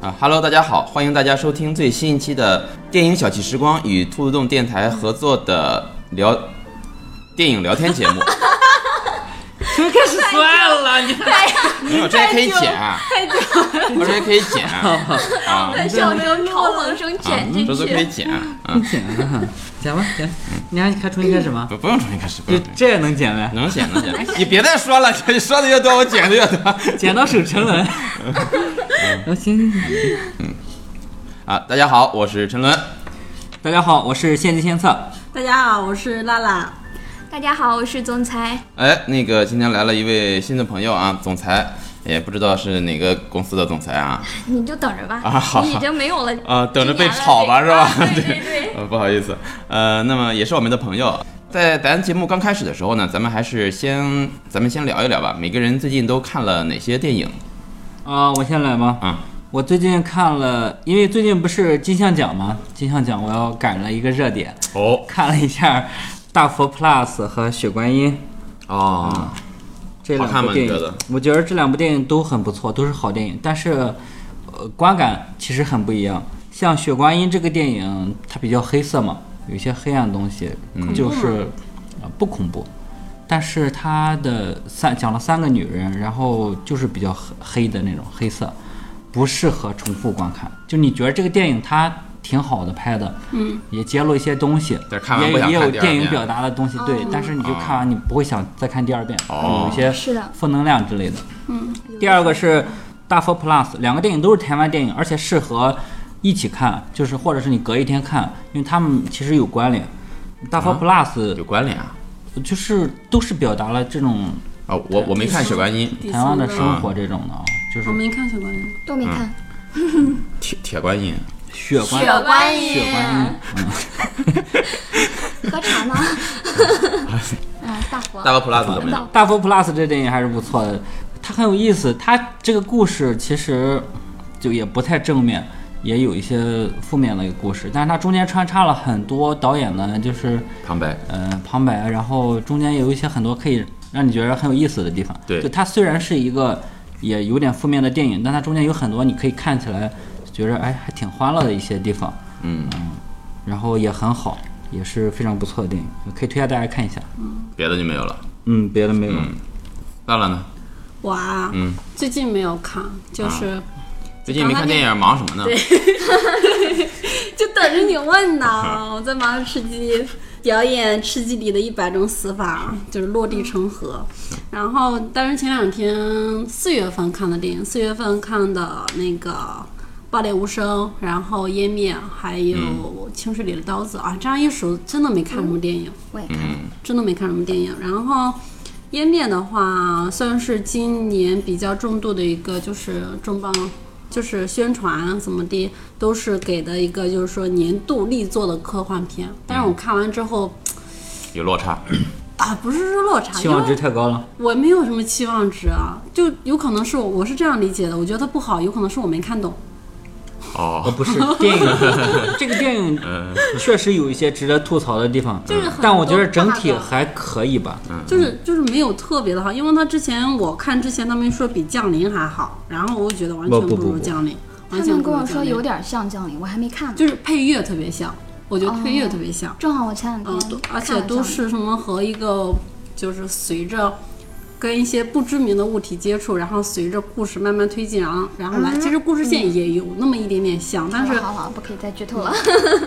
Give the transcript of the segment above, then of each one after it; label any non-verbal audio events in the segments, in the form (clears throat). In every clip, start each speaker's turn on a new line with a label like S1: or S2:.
S1: 啊，Hello，大家好，欢迎大家收听最新一期的电影小憩时光与兔子洞电台合作的聊电影聊天节 (laughs) 目。
S2: 怎么开始算了？你
S1: 没有，这些可以剪，太久，这些可以剪啊，
S3: (laughs)
S1: 嗯
S3: 很小声嘲讽声卷进
S1: 这都可以
S3: 去，
S1: 剪啊，
S2: 剪啊，剪吧剪，你还开重新开始吗？
S1: 不不用重新开始，不
S2: 就
S1: 用重新
S2: 这也能剪呗？
S1: 能剪能剪，你别再说了，你说的越多，我剪的越多。
S2: 剪到手沉沦。哦，行行行，
S1: 啊，大家好，我是陈伦。
S2: 大家好，我是献计献策。
S4: 大家好，我是拉拉。
S3: 大家好，我是总裁，
S1: 哎，那个今天来了一位新的朋友啊，总裁，也不知道是哪个公司的总裁啊，
S3: 你就等着吧，
S1: 啊好
S3: 你已经没有了
S1: 啊、等着被
S3: 几年了
S1: 炒吧是
S3: 对
S1: 吧 (laughs)
S3: 啊？对对对，
S1: 呃，不好意思，呃，那么也是我们的朋友，在咱节目刚开始的时候呢，咱们还是先咱们先聊一聊吧，每个人最近都看了哪些电影？
S2: 啊，我先来吗？
S1: 嗯，
S2: 我最近看了，因为最近不是金像奖吗？金像奖我要赶了一个热点，
S1: 哦
S2: 看了一下《大佛 Plus》和《雪观音》
S1: 哦，
S2: 这
S1: 好看
S2: 两
S1: 吗
S2: 部电
S1: 你
S2: 影。
S1: 觉得
S2: 我觉得这两部电影都很不错，都是好电影，但是，呃，观感其实很不一样。像《雪观音》这个电影，它比较黑色嘛，有一些黑暗的东西，
S1: 嗯
S2: 就是呃不恐怖，但是它的三讲了三个女人，然后就是比较黑黑的那种黑色，不适合重复观看。就你觉得这个电影它挺好的拍的，嗯，也揭露一些东西，
S1: 但是看完不
S2: 也
S1: 想
S2: 也有
S1: 看第二
S2: 电影
S1: 遍
S2: 表达的东西，对，但是你就看完你不会想再看第二遍，
S1: 哦
S2: 有一些
S3: 是的
S2: 负能量之类的。
S3: 有
S2: 第二个是《大佛 Plus》，两个电影都是台湾电影，而且适合一起看，就是或者是你隔一天看，因为它们其实有关联。《大佛
S1: 嗯
S2: Plus
S1: 有》关联啊？
S2: 就是都是表达了这种
S1: 啊、我我没看《雪观音
S4: 第
S2: 台湾的
S4: 四个
S2: 生活这种的，啊，就是
S4: 我没看小观音，
S3: 都没看，》，
S1: 铁铁观音，
S2: 血观
S3: 雪观音
S2: 血观音，嗯
S3: 喝茶
S1: (laughs)
S3: 呢，嗯，大佛
S1: 大。佛 plus 怎么样？
S2: 大佛 Plus 这电影还是不错的，它很有意思。它这个故事其实就也不太正面，也有一些负面的一个故事，但是它中间穿插了很多导演呢，就是
S1: 旁白，
S2: 呃旁白，然后中间有一些很多可以让你觉得很有意思的地方。
S1: 对
S2: 就它虽然是一个也有点负面的电影，但它中间有很多你可以看起来觉得哎还挺欢乐的一些地方，
S1: 嗯，
S2: 然后也很好，也是非常不错的电影，可以推荐大家看一下。
S1: 别的就没有了。
S2: 嗯，别的没有。了。
S1: 娜娜呢？
S4: 我啊，
S1: 嗯，啊
S4: 最近没有看，就是、
S1: 最近没看电影，忙什么呢？
S4: 就等着你问
S1: 啊
S4: 呢。我在忙吃鸡，表演吃鸡里的一百种死法，
S1: 嗯
S4: 就是落地成盒。然后，但是前两天四月份看的电影，四月份看的那个《爆裂无声》，然后《湮灭》，还有
S1: 嗯
S4: 《清水里的刀子》啊，这样一数，真的没看什么电影。
S3: 我也看
S1: 嗯，
S4: 真的没看什么电影。然后《湮灭》的话，算是今年比较重度的一个，就是重磅，就是宣传啊怎么的，都是给的一个，就是说年度力作的科幻片。但是
S2: 嗯
S4: 我看完之后
S1: 有落差。
S4: 啊，不是说落差，
S2: 期
S4: 因为
S2: 望值太高了。
S4: 我没有什么期望值啊，就有可能是我我是这样理解的，我觉得它不好，有可能是我没看懂。
S2: 哦，
S1: 哦，
S2: 不是电影，
S4: (laughs)
S2: 这个电影确实有一些值得吐槽的地方，嗯
S4: 就是嗯很
S2: 但我觉得
S4: 多
S2: 整体
S4: bug
S2: 还可以吧。嗯
S4: 就是就是没有特别的好，因为他之前我看之前他们说比降临还好，然后我就觉得完全
S2: 不不不
S4: 如
S2: 不
S4: 降临，
S3: 他
S4: 完全
S3: 们
S4: 不
S3: 跟
S4: 如
S3: 我说
S4: 降临
S3: 有点像降临，我还没看呢。
S4: 就是配乐特别像，我觉得配乐
S3: 哦
S4: 特别像，
S3: 正好我前两
S4: 嗯，都
S3: 天看了
S4: 而
S3: 降
S4: 且
S3: 临，
S4: 都是什么和一个就是随着跟一些不知名的物体接触，然后随着故事慢慢推进，然后然后来，其实故事线也有那么一点点像，但
S3: 嗯好
S4: 是嗯
S3: 了好了，不可以再剧透了，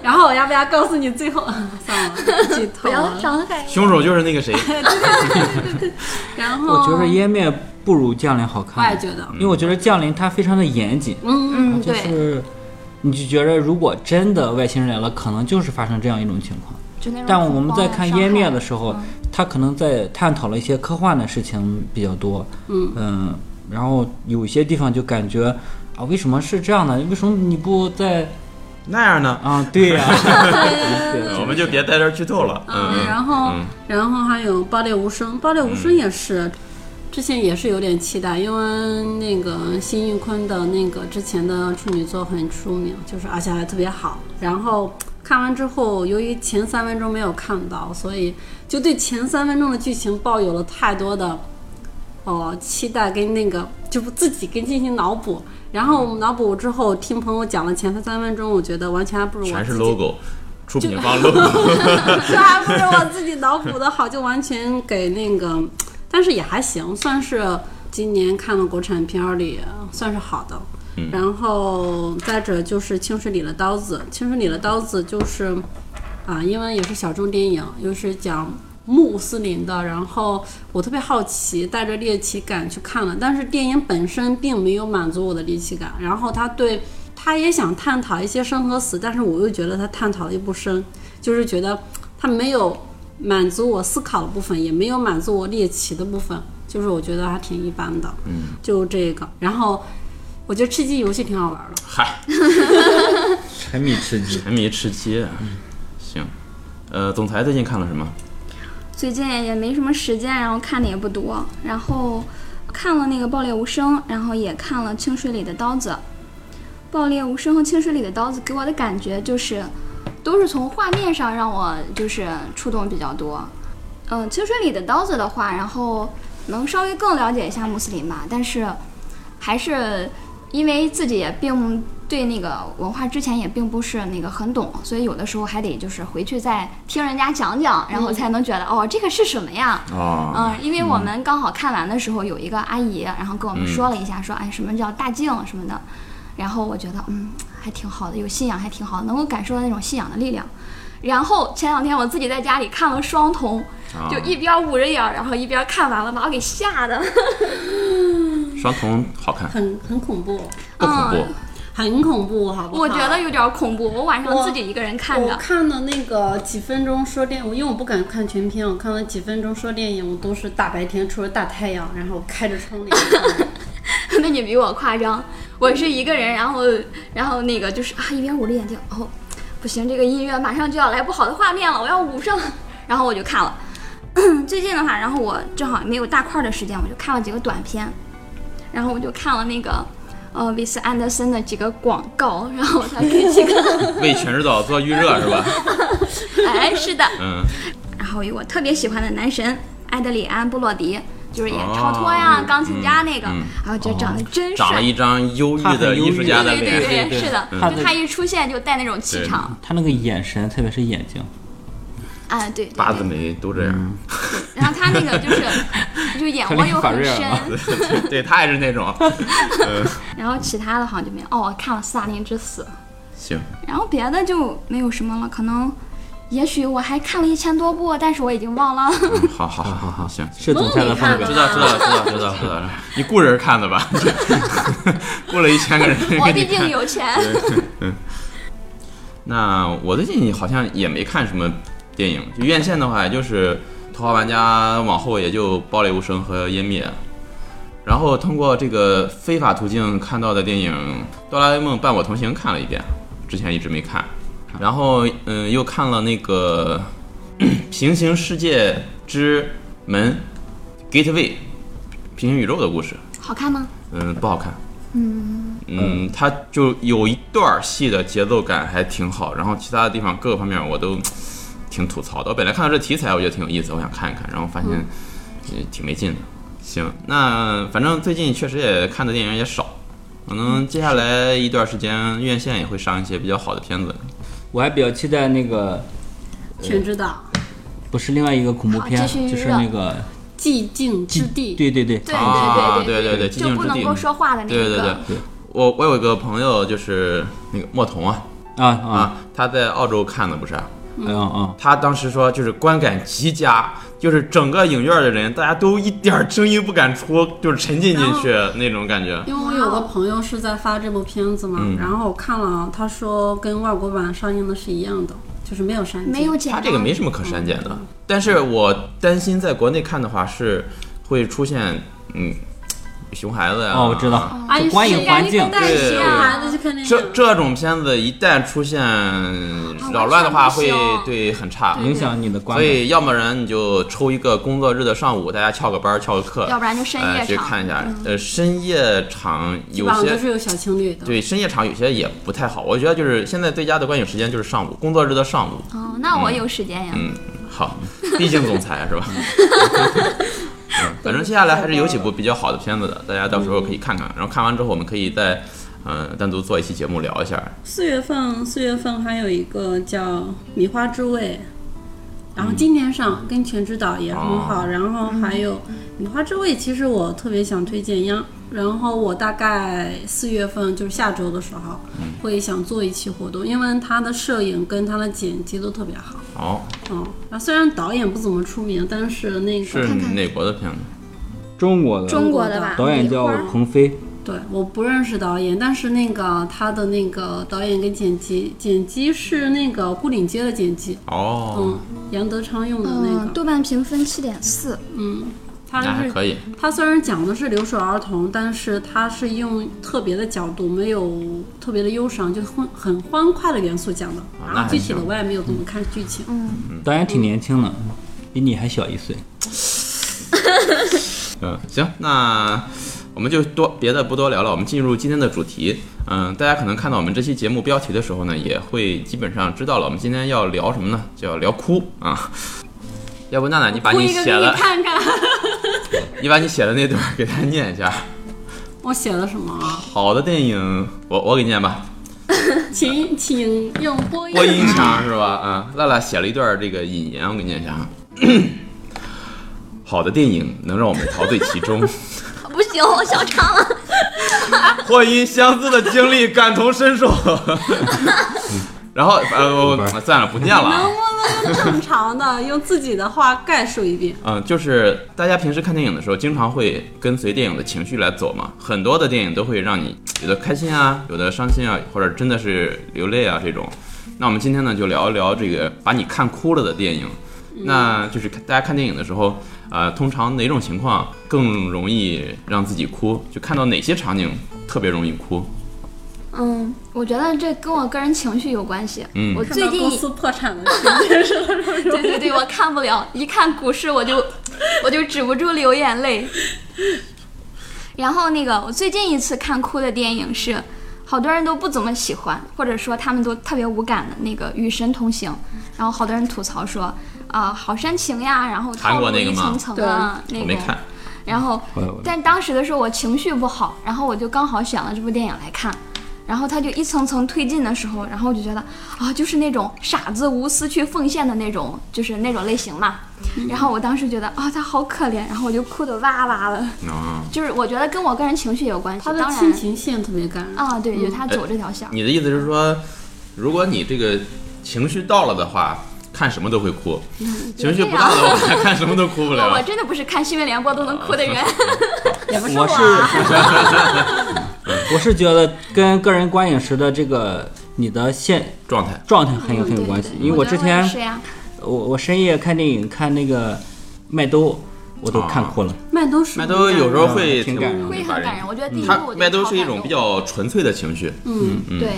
S4: 然后我要不要告诉你
S3: (laughs)
S4: 最后？算了，不 (laughs) 剧
S3: 不
S4: 透
S3: 要
S4: 了。
S3: 伤害。
S1: 凶手就是那 (laughs) 个谁，
S4: 然后
S2: 我觉得湮灭不如降临好
S4: 我也
S2: 看，嗯
S4: 觉得，
S2: 因为我觉得降临它非常的严谨，
S4: 哎嗯，
S3: 嗯，
S2: 就
S3: 对，
S2: 是你就觉得如果真的外星人来了，可能就是发生这样一种情况。
S3: 就那
S4: 嗯
S3: 种
S2: 但我们
S4: 啊
S2: 在看湮灭的
S3: 时
S2: 时候，他可能在探讨了一些科幻的事情比较多，
S4: 嗯
S2: 然后有些地方就感觉啊，为什么是这样的？为什么你不在
S1: 那样呢？
S2: 啊？对呀、
S3: (laughs)
S1: 我们就别在这儿剧透了。嗯，
S4: 啊然后
S1: 嗯
S4: 然后还有《爆裂无声》，《爆裂无声》也是，之前也是有点期待，因为那个辛玉坤的那个之前的处女作很出名，就是而且还特别好。然后看完之后，由于前三分钟没有看到，所以就对前三分钟的剧情抱有了太多的哦期待跟那个就不自己跟进行脑补，然后我们脑补之后听朋友讲了前三分钟，我觉得完全还不如我
S1: 嗯全是
S4: 自己
S1: logo，出品方 (laughs) logo，
S4: (laughs) 这还不是我自己脑补的好，就完全给那个，但是也还行，算是今年看的国产片儿里算是好的。然后再者就是《清水里的刀子》，《清水里的刀子》就是啊，因为也是小众电影，又是讲穆斯林的，然后我特别好奇，带着猎奇感去看了，但是电影本身并没有满足我的猎奇感，然后他对。他也想探讨一些生和死，但是我又觉得他探讨的又不深，就是觉得他没有满足我思考的部分，也没有满足我猎奇的部分，就是我觉得还挺一般的。嗯，就这个。然后我觉得吃鸡游戏挺好玩的，
S3: (laughs)
S1: 嗨，
S2: 沉迷吃鸡，
S1: 沉迷吃鸡啊，行，呃，总裁最近看了什么？
S3: 最近也没什么时间，然后看的也不多，然后看了那个《爆裂无声》，然后也看了《清水里的刀子》。《爆裂无声》和《清水里的刀子》给我的感觉就是，都是从画面上让我就是触动比较多。嗯，《清水里的刀子》的话，然后能稍微更了解一下穆斯林吧，但是还是因为自己也并对那个文化之前也并不是那个很懂，所以有的时候还得就是回去再听人家讲讲，然后才能觉得、哦，这个是什么呀？
S1: 哦，
S3: 嗯，因为我们刚好看完的时候，有一个阿姨，然后跟我们说了一下，说哎，什么叫大镜什么的，然后我觉得嗯，还挺好的，有信仰还挺好的，能够感受到那种信仰的力量。然后前两天我自己在家里看了《双瞳》，
S1: 啊
S3: 就一边捂着眼儿，然后一边看完了，把我给吓的。
S1: 双瞳好看，
S4: 很很恐怖，
S3: 嗯
S1: 不恐怖，
S4: 很恐怖，好不
S3: (laughs)
S4: 好？
S3: 我觉得有点恐怖，我晚上
S4: 我
S3: 自己一个人看
S4: 我
S3: 的。
S4: 看了那个几分钟说电，我因为我不敢看全片，我看了几分钟说电影，我都是大白天出了大太阳，然后开着窗帘看的。
S3: (laughs) 那你比我夸张，我是一个人，然后然后那个就是啊，一边捂着眼睛，哦，不行，这个音乐马上就要来不好的画面了，我要捂上，然后我就看了。 (clears throat) 最近的话，然后我正好没有大块儿的时间，我就看了几个短片，然后我就看了那个呃维斯安德森的几个广告，然后我才跟几个，
S1: 为全知岛做预热是
S3: (laughs)
S1: 吧？
S3: 哎，是的，
S1: 嗯，
S3: 然后有我特别喜欢的男神埃德里安·布洛迪，就是演超脱呀、
S1: 哦
S3: 钢琴家那个，
S1: 嗯
S3: 然后觉得长得真帅，
S1: 长了一张忧郁的艺术家的
S3: 对对
S1: 脸，
S3: 对
S2: 对
S3: 是的，
S2: 嗯
S3: 就他一出现就带那种气场，
S2: 他那个眼神，特别是眼睛，
S3: 啊，对，对
S1: 八字
S3: 对
S1: 眉都这样，
S3: 然后他那个就是
S1: (laughs)
S3: 就眼窝又很深，
S2: 嗯
S1: 对 (laughs) 对，他也是那种，
S3: 然后其他的好像就没有。哦，我看了《斯大林之死
S1: 行，》，
S3: 然后别的就没有什么了，可能。也许我还看了一千多部，但是我已
S1: (laughs)
S3: 经忘了。
S1: 嗯好好好好好，行，
S2: 是总裁的风格
S1: 知。道知道知道知道知道，你雇人看的吧？ (laughs) 雇了一千个人
S3: 我
S1: 给你
S3: 毕竟
S1: 看。
S3: 有钱，
S1: 那我最近好像也没看什么电影，就院线的话，也就是《头号玩家》往后也就《暴力无声》和《湮灭》，然后通过这个非法途径看到的电影《哆啦 A 梦伴我同行》看了一遍，之前一直没看，然后嗯又看了那个咳《平行世界之门》（Gateway） 平行宇宙的故事，
S3: (laughs) 好看吗？
S1: 嗯，不好看。嗯它就有一段戏的节奏感还挺好，然后其他的地方各个方面我都挺吐槽的。我本来看到这题材，我觉得挺有意思，我想看一看，然后发现、呃挺没劲的。行，那反正最近确实也看的电影也少，可能接下来一段时间院线也会上一些比较好的片子。
S2: 我还比较期待那个，
S4: 全知道，
S2: 不是另外一个恐怖
S3: 好
S2: 片，
S3: 继续
S2: 就是
S3: 热
S2: 那个，
S4: 寂静之地。
S2: 对对对，
S3: 对
S1: 啊
S3: 对
S1: 对对对寂
S3: 就
S1: 静
S3: 不
S1: 之
S3: 能
S1: 地
S3: 够说话的那
S1: 对对对
S3: 个。，
S1: 我我有一个朋友就是那个莫童啊
S2: 啊啊，
S1: 啊，他在澳洲看的不是啊、
S2: 嗯嗯，
S1: 他当时说就是观感极佳，就是整个影院的人大家都一点儿声音不敢出，就是沉浸进去那种感觉。
S4: 因为我有个朋友是在发这部片子嘛，然后我看了，他说跟外国版上映的是一样的，就是没有删减。
S3: 没有剪
S1: 他
S3: 刀。
S1: 这个没什么可删减的，但是我担心在国内看的话是会出现嗯熊孩子呀、
S2: 哦，我知道，
S4: 阿姨
S2: 就观影环境，
S4: 带
S1: 对
S4: 小孩子去看电
S1: 这
S4: 影，
S1: 这种片子一旦出现扰乱的话，会对很差。
S2: 影响你的观
S1: 所
S2: 感。
S1: 以，要么人你就抽一个工作日的上午，大家翘个班儿、翘个课，
S3: 要不然就深夜
S1: 呃、去
S3: 场
S1: 看一下。呃，深夜场
S4: 基
S1: 有
S4: 本上
S1: 些
S4: 都是有小情侣的。
S1: 对，深夜场有些也不太好。我觉得就是现在最佳的观影时间就是上午，工作日的上午。嗯
S3: 哦，那我有时间呀。
S1: (laughs) 嗯，好，毕竟总裁是吧？嗯，反正接下来还是有几部比较好的片子的，大家到时候可以看看。然后看完之后，我们可以再嗯、呃单独做一期节目聊一下。
S4: 四月份，四月份还有一个叫《米花之味》，然后今天上跟全指导也很好，然后还有《米花之味》，其实我特别想推荐央，然后我大概四月份就是下周的时候会想做一期活动，因为他的摄影跟他的剪辑都特别好。
S1: 好，
S4: 嗯，啊，虽然导演不怎么出名，但是那
S1: 是
S4: 个
S1: 哪国的片子？
S2: 中国的
S3: 中国的吧，
S2: 导演叫
S3: 梨花
S2: 彭飞，
S4: 对，我不认识导演，但是那个他的那个导演跟剪辑，剪辑是那个牯岭街的剪辑，
S1: 哦，
S4: 嗯，杨德昌用的那
S3: 嗯，
S4: 个，
S3: 豆瓣评分七点四，
S4: 嗯，他
S1: 那还
S4: 是
S1: 可以。
S4: 他虽然讲的是留守儿童，但是他是用特别的角度，没有特别的忧伤，就很很欢快的元素讲的。
S1: 啊那
S4: 然后
S1: 还
S4: 具体的
S1: 行
S4: 我也没有怎么看剧情，
S3: 嗯
S2: 导演挺年轻的，比你还小一岁。
S1: 嗯，行，那我们就多别的不多聊了，我们进入今天的主题。嗯，大家可能看到我们这期节目标题的时候呢，也会基本上知道了，我们今天要聊什么呢？就要聊哭啊。要不娜娜，你把
S4: 哭
S1: 你
S4: 一个
S1: 写
S4: 给你
S1: 的，
S4: 看 (laughs) 看。
S1: 你把你写的那段给大家念一下。
S4: 我写了什么啊？
S1: 好的电影，我我给念
S4: (laughs)
S1: 吧，
S4: 请请用播音
S1: 播音腔是吧？啊，娜娜写了一段这个引言，我给你念一下啊。 (coughs) 好的电影能让我们陶醉其中。
S3: 不行，我笑场了。
S1: 或因相似的经历感同身受。 (laughs) 然后呃，我算了，不念了啊。
S4: 能不能正常的用自己的话概述一遍？
S1: 嗯，就是大家平时看电影的时候，经常会跟随电影的情绪来走嘛。很多的电影都会让你有的开心啊，有的伤心啊，或者真的是流泪啊这种。那我们今天呢，就聊一聊这个把你看哭了的电影。那就是大家看电影的时候，呃，通常哪种情况更容易让自己哭？就看到哪些场景特别容易哭？
S3: 嗯，我觉得这跟我个人情绪有关系。
S1: 嗯
S3: 我最近
S4: 公司破产了，是不是
S3: (laughs)
S4: (laughs)
S3: 对对对，我看不了，一看股市我就我就止不住流眼泪。然后那个，我最近一次看哭的电影是，好多人都不怎么喜欢，或者说他们都特别无感的那个《与神同行》，然后好多人吐槽说啊、好煽情呀，然后
S1: 韩
S3: 套
S1: 国
S3: 路
S1: 那个
S3: 一
S1: 吗
S3: 层层啊，那
S1: 我
S3: 种。
S1: 没看。
S3: 然后
S2: 我我，
S3: 但当时的时候我情绪不好，然后我就刚好选了这部电影来看，然后它就一层层推进的时候，然后我就觉得啊，就是那种傻子无私去奉献的那种，就是那种类型嘛。
S4: 嗯
S3: 然后我当时觉得啊，他好可怜，然后我就哭得哇哇了，
S1: 啊，
S3: 就是我觉得跟我个人情绪有关系，
S4: 他
S3: 当
S4: 的
S3: 然
S4: 亲情嗯线特别感人。
S3: 啊，对，有他
S2: 哎
S3: 走这条线儿。
S1: 你的意思是说，如果你这个情绪到了的话，看什么都会哭；
S3: 嗯
S1: 情绪不到的话，看什么都哭不
S3: (laughs) 我我
S1: 了。
S3: 真的不是看新闻联播都能哭
S2: (laughs)
S3: 的人，
S4: 也不是
S2: 我
S4: 啊
S2: 是
S3: 啊
S2: (laughs) 我是觉得跟个人观影时的这个你的现
S1: 状态
S2: 状态很有很有
S3: 对
S2: 关
S3: 嗯对
S2: 系，因为
S3: 我
S2: 之
S3: 觉得也
S2: 前嗯
S3: 是呀，
S2: 我我深夜看电影看那个麦兜，我
S1: 啊
S2: 都看
S1: (laughs)
S2: 哭了。
S4: 麦兜是
S1: 麦兜有时候会
S2: 挺感人
S3: 会
S1: 把
S3: 很
S1: 人嗯
S3: 感人。我觉得
S2: 嗯
S3: 第一
S1: 它
S3: 部我就
S1: 麦兜
S3: 超
S1: 是一
S3: 感
S1: 种
S3: 动
S1: 比较纯粹的情绪，
S4: 嗯，
S1: 嗯
S3: 对。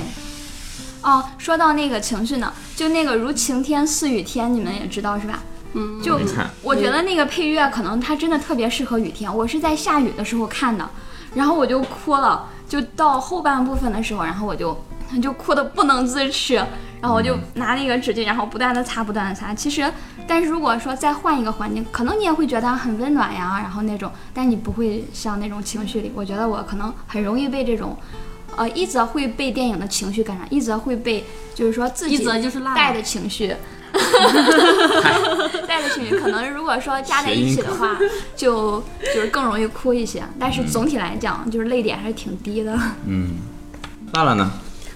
S3: 哦，说到那个情绪呢，就那个如晴天似雨天，你们也知道是吧？
S4: 嗯，
S3: 就
S1: 没看
S3: 我觉得那个配乐可能它真的特别适合雨天，我是在下雨的时候看的，然后我就哭了，就到后半部分的时候，然后我就就哭的不能自持，然后我就拿那个纸巾，然后不断的擦，不断的
S4: 嗯
S3: 擦。其实，但是如果说再换一个环境，可能你也会觉得很温暖呀，然后那种，但你不会像那种情绪里，我觉得我可能很容易被这种。呃，一则会被电影的情绪感染，一则会被就是说自己
S4: 一则就是辣
S3: 带的情
S4: (laughs)
S3: 绪，带的情绪，可能如果
S4: (laughs)
S3: 说加在一起的话，就就是更容易哭一些。但是总体来讲，就是泪点还是挺低的。
S1: 嗯。娜娜呢？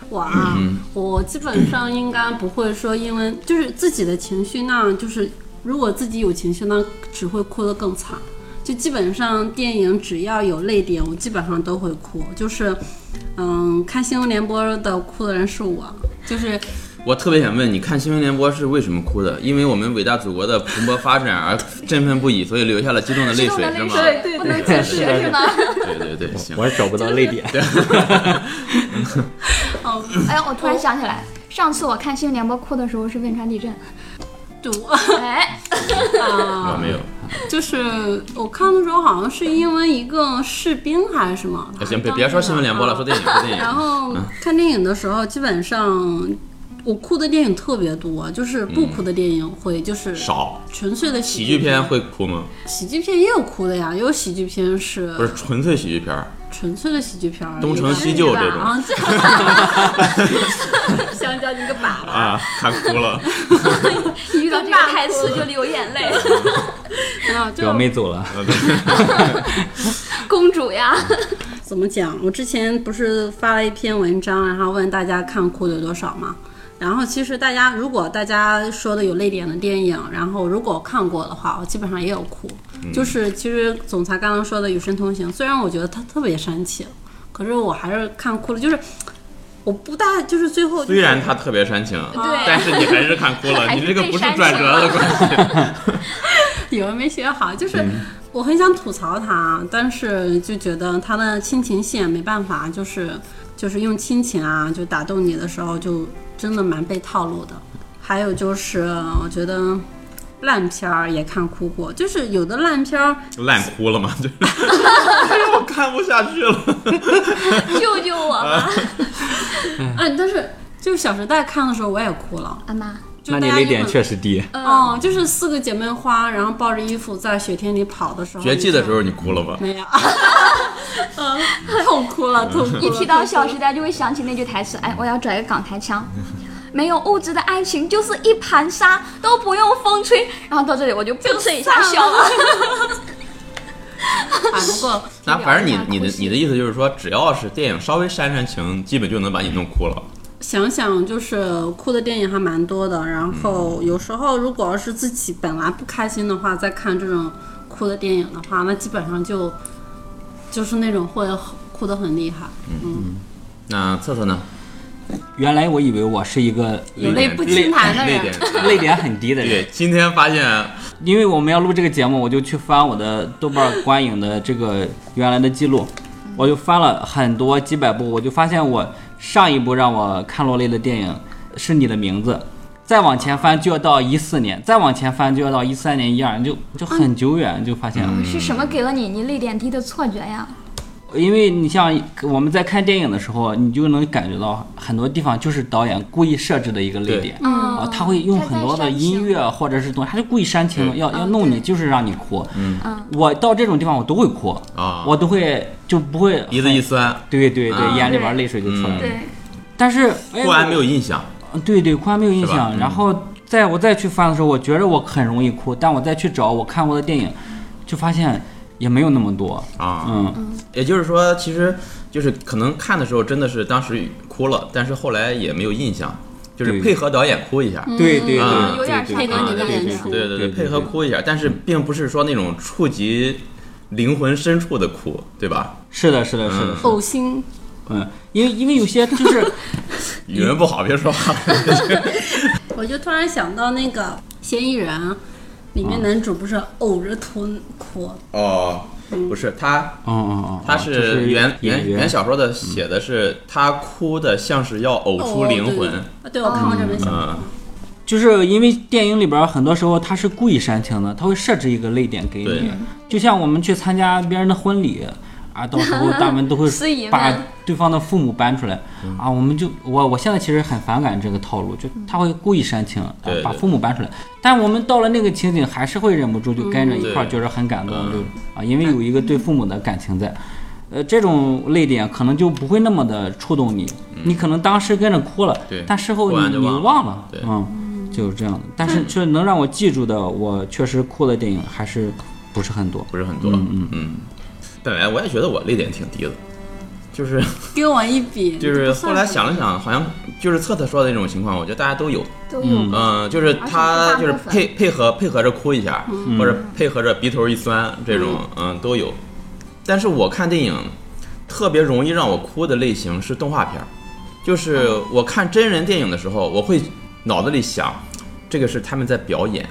S4: 我啊，我基本上应该不会说，因为就是自己的情绪，那就是如果自己有情绪，那只会哭得更惨。就基本上电影只要有泪点，我基本上都会哭。就是，嗯，看新闻联播的哭的人是我，就是
S1: 我特别想问，你看新闻联播是为什么哭的？因为我们伟大祖国的蓬勃发展而振奋不已，所以流下了激动的泪
S3: 激动
S1: 水
S3: 的，
S1: 是
S3: 泪
S1: 吗？
S3: 水
S4: 对对
S3: 不能自
S4: (laughs)
S3: 持是吗？
S1: 对对对，行。
S2: 我也找不到
S1: (laughs)
S2: 泪点，
S4: 哦
S3: 哎呀，我突然想起来，上次我看新闻联播哭的时候是汶川地震。
S4: 就
S3: 哎，
S4: 啊，
S1: 我没
S3: 嗯
S1: 有，
S4: 就是我看的时候好像是因为一个士兵还是什么。
S1: 啊
S3: 嗯
S1: 行，别别说新闻联播了，说电影，说电
S4: 然
S1: 影。
S4: 后看电影的时候，基本上我哭的电影特别多，就是不哭的电影会就是
S1: 少。
S4: 纯粹的
S1: 喜
S4: 喜
S1: 剧
S4: 片
S1: 片，会哭吗？
S4: 喜剧片也有哭的呀，也有喜剧片是
S1: 不是纯粹喜剧片儿，
S4: 纯粹的喜剧片儿，
S1: 东成西就这种
S4: 啊，这 (laughs) 香蕉你个粑粑，
S1: 啊，看哭了。
S3: 一遇到这个台词就流眼泪，
S4: 没有就
S2: 表妹走了，
S3: 公主
S4: (laughs)
S3: 呀，
S4: 怎么讲？我之前不是发了一篇文章，然后问大家看哭的有多少嘛？然后其实大家如果大家说的有泪点的电影，然后如果我看过的话，我基本上也有哭。
S1: 嗯
S4: 就是其实总裁刚刚说的《与神同行》，虽然我觉得它特别煽情，可是我还是看哭了。就是我不大就是最后、就是、
S1: (laughs) 虽然他特别煽情，
S4: 哦
S3: 对
S1: 但是你还是看哭了。
S3: 还
S1: 你
S3: 是
S1: 这个
S3: 被
S1: 不是
S3: 煽
S1: 转
S3: 情
S1: 折的
S3: 了
S1: 关系。
S4: (laughs) 语文没学好，就是我很想吐槽他，但是就觉得他的亲情线没办法，就是就是用亲情啊，就打动你的时候，就真的蛮被套路的。还有就是，我觉得烂片儿也看哭过，就是有的烂片儿
S1: 烂哭了嘛，就是， (laughs) 哎呦，我看不下去了。
S3: 救救
S4: (laughs)
S3: 我
S4: 啊
S3: 吧！
S4: 哎，但是就是《小时代》看的时候我也哭了，
S3: 阿妈，
S4: 就
S2: 那
S4: 大
S2: 你
S4: 家
S2: 泪
S4: 就
S2: 点
S4: 很
S2: 确实低。
S4: 哦、就是四个姐妹花，然后抱着衣服在雪天里跑的时候，
S1: 绝技的时候你哭了吧？
S4: 没有， (laughs) 嗯，痛哭了，
S1: (laughs)
S4: 痛哭了。
S3: 一提到《 (laughs)
S4: 痛哭了
S3: 小时代》，就会想起那句台词：“哎，我要拽个港台腔。”没有物质的爱情就是一盘沙，都不用风吹。然后到这里我就噗嗤一下笑了。
S4: 啊，不过
S1: 那反正你
S4: 嗯
S1: 你的
S3: 哭戏
S1: 你的意思就是说，只要是电影稍微煽煽情，基本就能把你弄哭了。
S4: 想想就是哭的电影还蛮多的，然
S1: 嗯
S4: 后有时候如果要是自己本来不开心的话，再看这种哭的电影的话，那基本上就就是那种会哭得很厉害，嗯，
S1: 那策策呢？
S2: 原来我以为我是一个
S4: 有泪不
S1: 泪
S4: 轻弹的
S1: 泪
S4: 人
S1: 点。
S2: (laughs) 泪点很低的人
S1: 对，，今天发现
S2: 因为我们要录这个节目，我就去翻我的豆瓣儿观影的这个原来的记录，我就翻了很多几百部，我就发现我上一部让我看落泪的电影是你的名字，再往前翻就要到一四年，再往前翻就要到一三年、一二，就就很久远，就发现
S1: 嗯
S2: 了。
S3: 是什么给了你你泪点低的错觉呀？
S2: 因为你像我们在看电影的时候，你就能感觉到很多地方就是导演故意设置的一个泪
S1: 对
S2: 点。
S3: 嗯
S2: 啊，他会用很多的音
S1: 哦
S2: 乐或者是东西，他就故意煽情，
S1: 嗯
S2: 要要弄你，就是让你哭。
S1: 嗯
S3: 嗯
S2: 我到这种地方我都会哭，
S1: 啊，
S2: 我都会就不会
S1: 鼻子一酸，
S2: 对对
S1: 啊嗯
S2: 对，眼里边泪水就出来了。
S3: 对，
S2: 但是
S1: 忽然没有，印象。
S2: 哎对对，忽然没有印
S1: 是吧嗯
S2: 象。然后在我再去翻的时候，我觉得我很容易哭，但我再去找我看过的电影，就发现也没有那么多。
S1: 啊
S2: 嗯，
S1: 也就是说，其实就是可能看的时候真的是当时哭了，但是后来也没有印象，就是
S2: 对
S1: 配合导演哭一下。
S2: 对对对
S1: 嗯
S3: 有点
S2: 对
S3: 像
S2: 对
S4: 配合
S1: 啊
S4: 你的
S1: 对
S4: 演
S1: 对
S4: 出
S1: 对对对，
S2: 对对
S1: 配合哭一下，但是并不是说那种触及灵魂深处的哭，对吧？
S2: 是的，是的，是
S1: 嗯
S2: 的，是的
S4: 呕心，
S2: 嗯，因为因为有些就是。 (laughs) 哦
S1: 语文不好，别说话。
S4: 我就突然想到那个嫌疑人。里面男主不是呕着吞哭，
S1: (laughs) 哦，不是他，
S2: 哦哦哦，
S1: 他
S2: 就是
S1: 原
S2: 演
S1: 原原
S2: 员，
S1: 小说的写的是他哭的像是要呕出
S4: 哦
S1: 灵
S2: 嗯
S1: 魂，，
S4: 对对，我看过这本小说，
S1: 嗯，
S2: 就是因为电影里边很多时候他是故意煽情的，他会设置一个泪点给
S1: 对
S2: 你，就像我们去参加别人的婚礼啊，到时候他们都会
S3: 司仪们
S2: 把对方的父母搬出来啊，我们就
S1: 嗯
S2: 我我现在其实很反感这个套路，就他会故意煽情，啊
S1: 对对
S2: 把父母搬出来，但我们到了那个情景还是会忍不住就跟着一块儿
S1: 对
S2: 觉得很感动，
S1: 嗯
S2: 就啊，因为有一个对父母的感情在。呃，这种泪点可能就不会那么的触动你，你可能当时跟着哭了，
S1: 嗯对
S2: 但事后
S1: 哭完
S2: 你
S1: 就
S2: 你
S1: 忘了
S2: 忘了，
S1: 对
S2: 嗯，就是这样的。但是却能让我记住的，我确实哭的电影还是不是很多。
S1: 不是很多，嗯本来我也觉得我泪点挺低的，就是
S4: 跟我一比，
S1: 就是后来想
S4: 了，
S1: 了想，好像就是策策说的那种情况，我觉得大家都有，
S3: 都有
S1: 嗯，就是他就是配配合配合着哭一下，或者配合着鼻头一酸这种，嗯，都有。但是我看电影特别容易让我哭的类型是动画片儿，就是我看真人电影的时候，我会脑子里想，这个是他们在表演。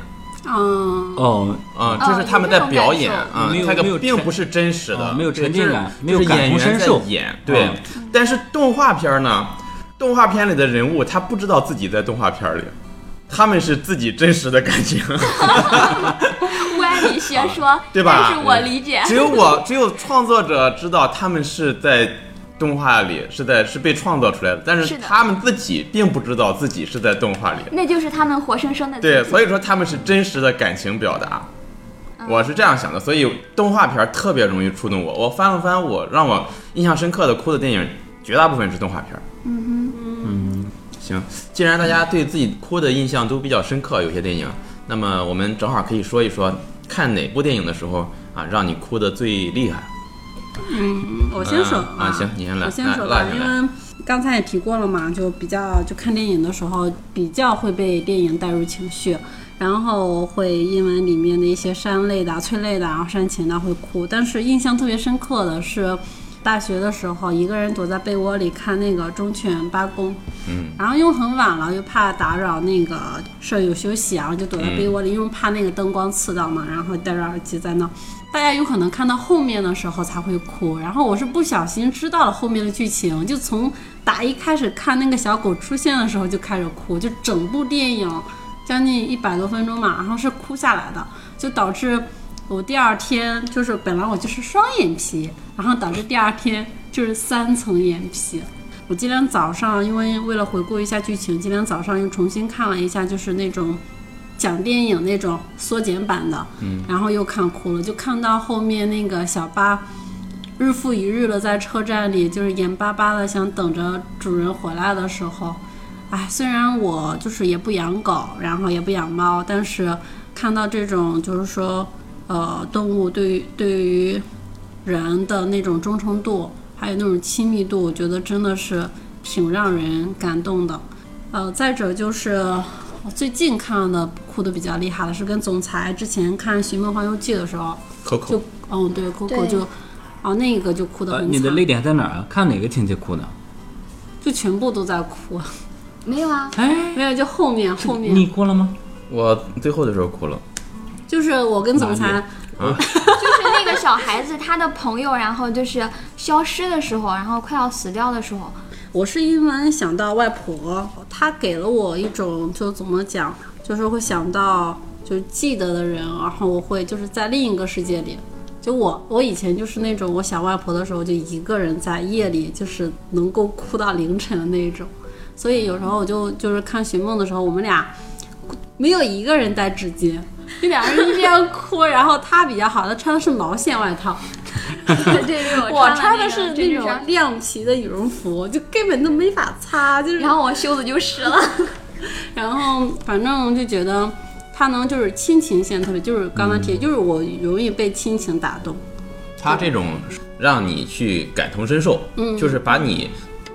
S4: 嗯，
S2: 哦，
S1: 啊、
S3: 哦
S1: 这是他们在表演
S3: 有这
S1: 啊，
S2: 没有
S1: 那
S2: 没
S1: 个
S2: 有
S1: 并
S2: 沉
S1: 不是真实的，
S2: 哦没有
S1: 对
S2: 沉
S1: 这
S2: 浸
S1: 是
S2: 感没有
S1: 就是
S2: 感
S1: 演
S2: 同
S1: 员
S2: 身
S1: 在
S2: 受
S1: 演对
S2: 哦。
S1: 但是动画片呢，动画片里的人物他不知道自己在动画片里，他们是自己真实的感
S3: (laughs)
S1: 情，
S3: 歪理邪说，
S1: 对吧
S3: 但是我理解，
S1: 只有我只有创作者知道他们是在动画里是在是被创造出来的，但
S3: 是
S1: 是
S3: 的
S1: 他们自己并不知道自己是在动画里。
S3: 那就是他们活生生 (laughs) 的
S1: 对，
S3: 自己
S1: 所以说他们是真实的感情表达，我是这样想的。所以动画片儿特别容易触动我。我翻了翻我让我印象深刻的哭的电影，绝大部分是动画片。嗯嗯，行，既然大家对自己哭的印象都比较深刻，有些电影，那么我们正好可以说一说，看哪部电影的时候啊，让你哭的最厉害。
S4: 嗯，我先说
S1: 啊啊行你先来
S4: 我先
S1: 那
S4: 说
S1: 辣
S4: 吧，
S1: 姐
S4: 因
S1: 来
S4: 为刚才也提过了嘛，就比较就看电影的时候比较会被电影带入情绪，然后会因为里面的一些煽泪的啊、催泪的啊，然后煽情的会哭。但是印象特别深刻的是，大学的时候一个人躲在被窝里看那个《忠犬八公》，
S1: 嗯，
S4: 然后因为很晚了，又怕打扰那个舍友休息啊，然后就躲在被窝里，因为怕那个灯光刺到嘛，然后戴着耳机在那。大家有可能看到后面的时候才会哭，然后我是不小心知道了后面的剧情，就从打一开始看那个小狗出现的时候就开始哭，就整部电影将近一百多分钟嘛，然后是哭下来的，就导致我第二天就是本来我就是双眼皮，然后导致第二天就是三层眼皮。我今天早上因为为了回顾一下剧情，今天早上又重新看了一下，就是那种讲电影那种缩减版的，嗯，然后又看哭了，就看到后面那个小巴。日复一日的在车站里，就是眼巴巴的想等着主人回来的时候，哎，虽然我就是也不养狗，然后也不养猫，但是看到这种就是说，呃，动物对于对于人的那种忠诚度，还有那种亲密度，我觉得真的是挺让人感动的。呃，再者就是我最近看的哭的比较厉害的是跟总裁之前看《寻梦环游记》的时候，
S1: Coco，
S4: 就嗯对，Coco
S3: 对
S4: 就哦那个就哭的
S2: 呃，
S4: 很
S2: 你的
S4: 惨，
S2: 泪点在哪儿啊？看哪个情节哭的？
S4: 就全部都在哭，
S3: 没有
S1: (laughs)
S3: 啊，
S2: 哎，
S4: 没有就后面后面
S2: 你哭了吗？
S1: 我最后的时候哭了。
S4: 就是我跟总
S2: 哪
S4: 裁
S2: 里，
S3: 就是那个小孩子他的朋友，然后就是消失的时候，然后快要死掉的时候，
S4: 我是因为想到外婆，她给了我一种就怎么讲，就是会想到就是记得的人，然后我会就是在另一个世界里。就我，我以前就是那种，我想外婆的时候就一个人在夜里，就是能够哭到凌晨的那一种。所以有时候我就就是看《寻梦》的时候，我们俩没有一个人带纸巾，就 (laughs) 两个
S1: (laughs)
S4: 人这样哭。然后她比较好，她穿的是毛线外套， (laughs)
S3: 对对，
S4: 我
S3: 穿了
S4: 穿的
S3: 那个
S4: 是
S3: 针
S4: 那
S3: 织
S4: 种
S3: 衫
S4: 亮皮的羽绒服，就根本都没法擦，就是
S3: 然后我袖子就湿了。
S4: 然后反正就觉得他能就是亲情线特别，就是刚刚提，就是我容易被亲情打动。
S1: 他这种让你去感同身受，嗯，就是把你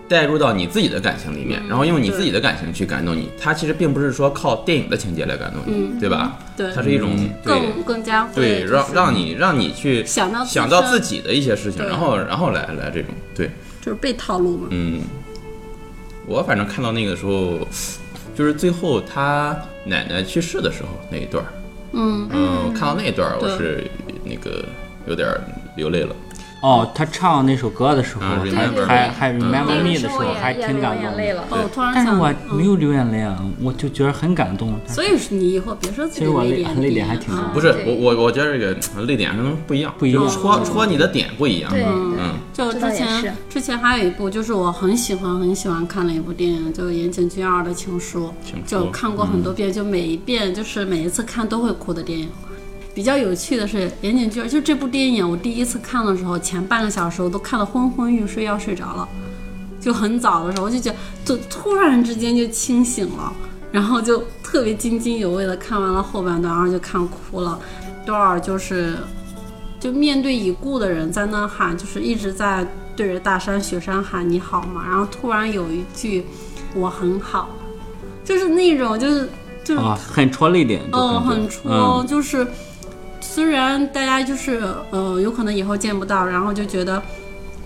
S1: 带入到你自己的感情里
S4: 嗯
S1: 面，然后用你自己的感情去感动你。他其实并不是说靠电影的情节来感动你，对吧？
S4: 对
S1: 它是一种
S2: 嗯
S1: 对
S4: 更更加会
S1: 对，
S4: 嗯就是
S1: 让让你让你去
S4: 想到
S1: 想到
S4: 身
S1: 自己的一些事情，
S4: 对
S1: 然后然后来来这种对，
S4: 就是被套路嘛。
S1: 嗯，我反正看到那个时候，就是最后他奶奶去世的时候那一段儿，
S4: 嗯，
S1: 嗯，看到那一段儿我
S4: 对
S1: 是那个有点儿流泪了。
S2: 哦，他唱那首歌的时候，
S1: 嗯
S2: 还
S1: ，Remember
S2: 还还 Remember
S1: 嗯
S3: 那
S2: Me 的
S3: 个
S2: 时候，
S3: 也
S2: 还
S3: 也
S2: 挺
S3: 流
S2: 感动
S3: 眼
S2: 的
S3: 泪。了。
S4: 哦，突然
S2: 但是
S4: 想，
S2: 我
S4: 嗯
S2: 没有流眼泪啊，我就觉得很感动。但
S4: 所以你以后别说自己
S2: 其实我
S4: 泪
S2: 泪
S4: 点
S2: 泪
S4: 低
S2: 点还挺
S4: 啊
S2: 高
S1: 不是
S3: 对
S1: 我我我觉得这个泪点上不一样，
S2: 不一样
S1: 就是戳戳你的点不一样。
S3: 对
S1: 嗯，
S4: 就
S3: 这
S4: 之
S3: 倒也是
S4: 前之前还有一部，就是我很喜欢很喜欢看的一部电影，就是岩井俊二的《情书》，
S1: 情书嗯
S4: 就看过很多遍，就每一遍就是每一次看都会哭的电影。比较有趣的是，岩井俊二就这部电影，我第一次看的时候，前半个小时我都看得昏昏欲睡，要睡着了。就很早的时候，我就觉得就突然之间就清醒了，然后就特别津津有味的看完了后半段，然后就看哭了。多少就是就面对已故的人在那喊，就是一直在对着大山雪山喊你好吗？然后突然有一句我很好，就是那种就是就是
S2: 啊，很戳泪点，就
S4: 嗯，
S2: 感觉
S4: 很戳，
S2: 嗯
S4: 就是虽然大家就是呃，有可能以后见不到，然后就觉得，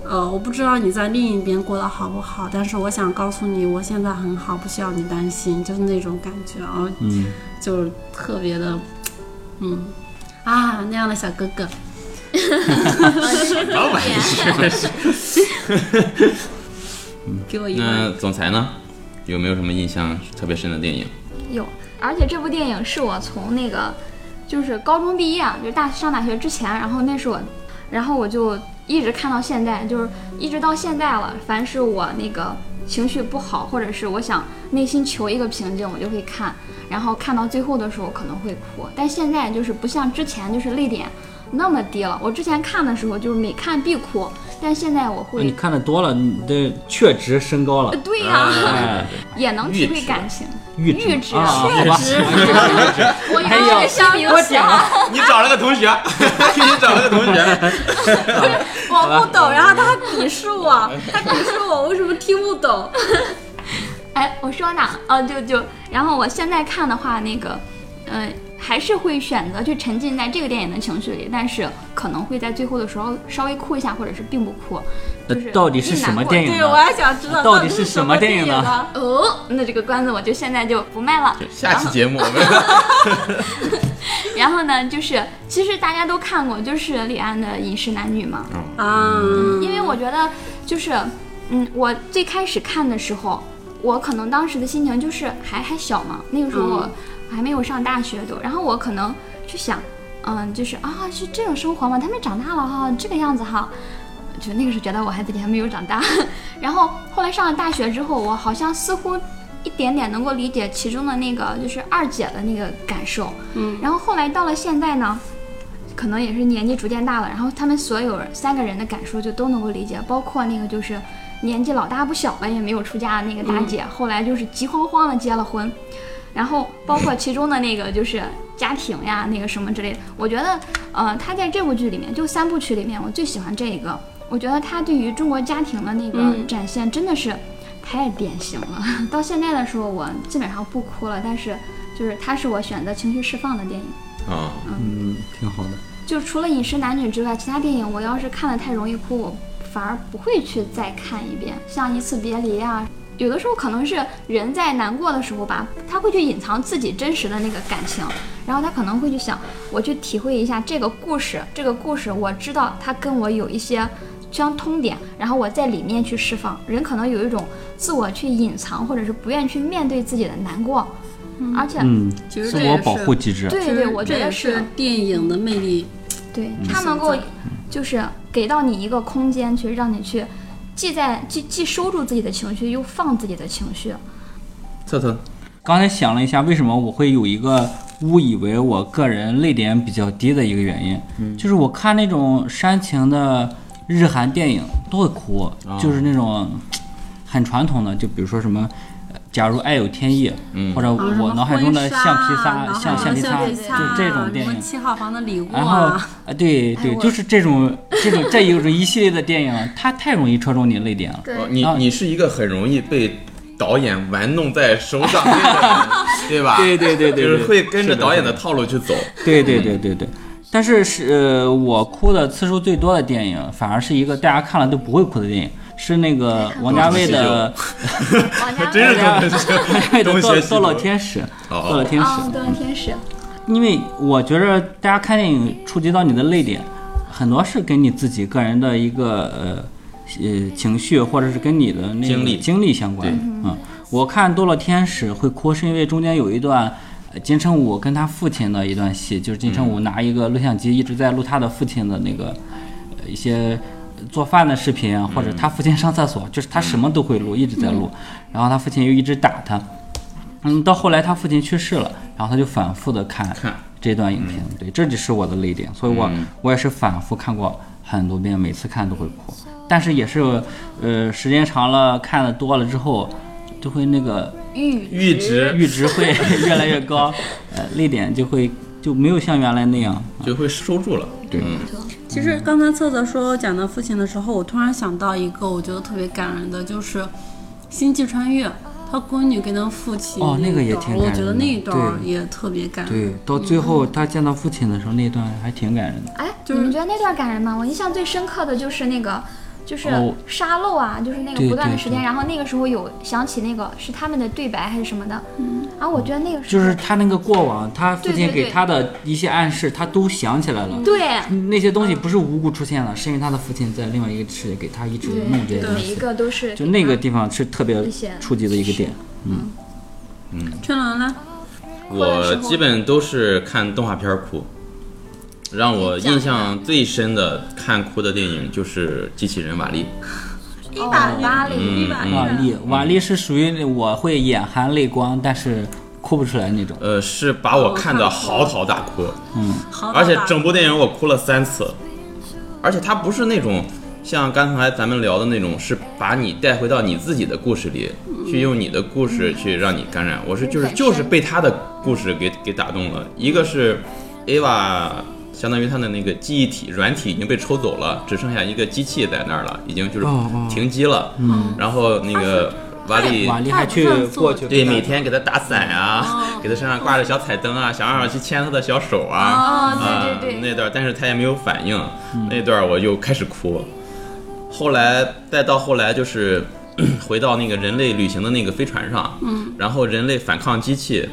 S4: 呃，我不知道你在另一边过得好不好，但是我想告诉你，我现在很好，不需要你担心，就是那种感觉啊，
S2: 嗯，
S4: 就是特别的，嗯，啊那样的小哥哥，
S1: 老板
S4: (laughs) 给我一
S1: 嗯那
S4: 万，
S1: 总裁呢？有没有什么印象特别深的电影？
S3: 有，而且这部电影是我从那个就是高中毕业啊，就是大上大学之前，然后那是我，然后我就一直看到现在，就是一直到现在了。凡是我那个情绪不好，或者是我想内心求一个平静，我就会看，然后看到最后的时候可能会哭，但现在就是不像之前就是泪点那么低了。我之前看的时候就是每看必哭，但现在我
S2: 那你
S3: 会，
S2: 看的多了，你的确值升高了
S3: 呃。对呀、
S2: 哎，
S3: (laughs) 也能体
S1: 阈
S3: 会
S1: 值
S3: 感情。
S2: 阈
S3: 阈
S2: 值
S3: 值
S2: 啊，好吧，
S3: 我
S2: 哎呦
S3: 有个小名
S2: 我
S3: 词
S2: 点
S3: 啊，
S1: (laughs)
S2: 了，
S1: 你找了个同学， (laughs) 你找了个同学，
S4: (laughs) 我不懂，然后他还鄙
S2: (laughs)
S4: 视我，他鄙视我为什么听不懂？
S3: 哎，我说哪？哦，就就，然后我现在看的话，那个，呃，还是会选择去沉浸在这个电影的情绪里，但是可能会在最后的时候稍微哭一下，或者是并不哭。
S2: 那
S3: 就是
S2: 到底是什么电影
S4: 对，
S2: 呢
S4: 我？还想知道
S2: 到底
S4: 底
S2: 是
S4: 是
S2: 什么
S4: 么
S2: 电影
S4: 影
S2: 呢
S4: 啊呢？
S3: 哦，那这个关子我就现在就不卖了。
S1: (laughs) 下期节目我
S3: (laughs)
S1: 们
S3: 然后呢，就是其实大家都看过，就是李安的《饮食男女》嘛。
S4: 啊，
S3: 因为我觉得就是，嗯，我最开始看的时候，我可能当时的心情就是还还小嘛，那个时候我还没有上大学都，然后我可能去想，嗯，就是啊，是这种生活嘛，他们长大了哈，这个样子哈。就那个时候觉得我还自己还没有长大， (laughs) 然后后来上了大学之后，我好像似乎一点点能够理解其中的那个就是二姐的那个感受，
S4: 嗯，
S3: 然后后来到了现在呢，可能也是年纪逐渐大了，然后他们所有三个人的感受就都能够理解，包括那个就是年纪老大不小了也没有出嫁的那个大姐，后来就是急慌慌的结了婚，然后包括其中的那个就是家庭呀，那个什么之类的，我觉得呃，他在这部剧里面就三部曲里面，我最喜欢这一个，我觉得他对于中国家庭的那个
S4: 嗯
S3: 展现真的是。太典型了， (laughs) 到现在的时候我基本上不哭了，但是就是它是我选择情绪释放的电影。
S1: 啊，
S2: 嗯，挺好的。
S3: 就除了《饮食男女》之外，其他电影我要是看的太容易哭，我反而不会去再看一遍。像《一次别离》啊，有的时候可能是人在难过的时候吧，他会去隐藏自己真实的那个感情，然后他可能会去想，我去体会一下这个故事，这个故事我知道它跟我有一些。相通点，然后我在里面去释放。人可能有一种自我去隐藏，或者是不愿去面对自己的难过，而且、
S2: 嗯，
S4: 其实
S2: 自
S4: 这
S2: 我
S4: 也
S2: 保
S4: 是
S2: 护机制。
S3: 对
S4: 其
S3: 对，
S4: 实
S3: 我觉
S4: 这也
S3: 得
S4: 是电影的魅力。
S3: 对，
S2: 嗯
S3: 它能够就是给到你一个空间，去让你去既在既既收住自己的情绪，又放自己的情绪。
S1: 特特，
S2: 刚才想了一下，为什么我会有一个误以为我个人泪点比较低的一个原因，
S4: 嗯
S2: 就是我看那种煽情的日韩电影都会哭，
S1: 啊
S2: 就是那种很传统的，就比如说什么。呃假如爱有天意，
S1: 嗯
S2: 或者
S4: 啊什么
S2: 我脑海中的橡皮擦、
S4: 婚
S2: 橡
S4: 纱然后
S2: 橡皮擦，
S4: 橡
S2: 就
S4: 皮擦
S2: 这种电
S4: 什
S2: 影
S4: 么。七号房的礼物
S2: 然后
S4: 啊，
S2: 啊，对对，
S3: 我
S2: 就是这种这种这一种一系列的电影，它太容易戳中你泪点了。
S3: 对
S1: 哦你
S2: 啊
S1: 你是一个很容易被导演玩弄在手掌
S2: (laughs)
S1: 心的人，对吧？
S2: 对对对对
S1: 就是
S2: 对
S1: 会跟着
S2: 是的
S1: 导演
S2: 是的
S1: 的套路去走。
S2: 对对对对对。但是是、呃、我哭的次数最多的电影，反而是一个大家看了都不会哭的电影，是那个王家卫的 (laughs)
S3: 王家
S1: 真
S3: 卫
S1: 是
S3: 的
S1: 东
S2: 对
S1: 邪西
S2: 王家卫的
S1: 东
S2: 《
S1: 邪
S2: 堕
S1: 西
S2: 堕落
S1: 毒。
S2: 天使》。
S1: 哦
S2: 堕落天使，
S3: 啊，对，天使，
S2: 因为我觉着大家看电影触及到你的泪点，很多是跟你自己个人的一个呃呃情绪，或者是跟你的那个
S1: 经历
S2: 经历相关
S1: 对。
S2: 嗯，我看《堕落天使》会哭，是因为中间有一段。呃金城武跟他父亲的一段戏，就是金城武拿一个录像机一直在录他的父亲的那个，呃，一些做饭的视频啊，或者他父亲上厕所，就是他什么都会录，一直在录。然后他父亲又一直打他，嗯，到后来他父亲去世了，然后他就反复的看嗯
S1: 看
S2: 这段影片，对，这就是我的泪点，所以我、我也是反复看过很多遍，每次看都会哭，但是也是呃时间长了看的多了之后，就会那个
S3: 玉
S1: 阈值
S2: 阈值 (laughs) 会越来越高，呃泪点就会就没有像原来那样，
S1: 就会收住了。
S2: 对
S1: 嗯
S4: 其实刚才策策说讲到父亲的时候，我突然想到一个我觉得特别感人的，就是《星际穿越》，他闺女跟他父亲
S2: 哦那个也
S4: 一段
S2: 挺
S4: 我
S2: 感
S4: 觉
S2: 人
S4: 得
S2: 的
S4: 那一段儿
S2: 对
S4: 也特别感人。
S2: 对，到最后他见到父亲的时候那段还挺感人的，
S3: 哎，
S4: 就是
S3: 你们觉得那段感人吗？我印象最深刻的就是那个。就是
S2: 哦
S3: 沙漏啊，就是那
S2: 对
S3: 个不断的
S2: 对
S3: 时间，
S2: 对
S3: 然后那个时候有想起那个是他们的对白还是什么的，嗯，啊，我觉得那个时候
S2: 就是他那个过往，他父亲
S3: 对对对
S2: 给他的一些暗示，他都想起来了，
S3: 对
S2: 那些东西不是无故出现的，是因为他的父亲在另外一个世界给他一直弄这些
S3: 对，
S2: 东
S3: 每一
S2: 西，
S3: 个都是
S2: 就那个地方是特别
S3: 一些
S2: 触及的一个点。
S4: 春兰呢？
S1: 我基本都是看动画片儿哭，让我印象最深的看哭的电影就是《机器人瓦力》。
S4: 一把
S3: 哦瓦
S2: 嗯
S3: 力
S4: 一把
S2: 瓦
S4: 一
S2: 力，啊瓦力是属于那我会眼含泪光，但是哭不出来那种。
S1: 呃，是把我看的嚎啕大哭，
S4: 把，好
S1: 而且
S4: 哦大
S1: 整部电影我哭了三次，而且它不是那种像刚才咱们聊的那种，是把你带回到你自己的故事里，
S4: 嗯
S1: 去用你的故事去让你感染。我是就是
S3: 本身
S1: 就是被他的故事给给打动了，一个是 Ava。相当于他的那个记忆体软体已经被抽走了，只剩下一个机器在那儿了，已经就是
S2: 哦哦
S1: 停机了。嗯，然后那个瓦力
S2: 瓦力
S4: 他
S2: 还
S4: 也不
S2: 去
S4: 算做
S2: 过去
S1: 对，
S2: 跟他
S1: 每天给他打伞啊，
S4: 哦
S1: 给他身上挂着小彩灯啊，想让我去牵他的小手啊，
S4: 啊，
S1: 啊
S4: 对对对，
S1: 那段，但是他也没有反应，那段我就开始哭。后来再到后来就是 (clears throat) 回到那个人类旅行的那个飞船上，
S4: 嗯
S1: 然后人类反抗机器。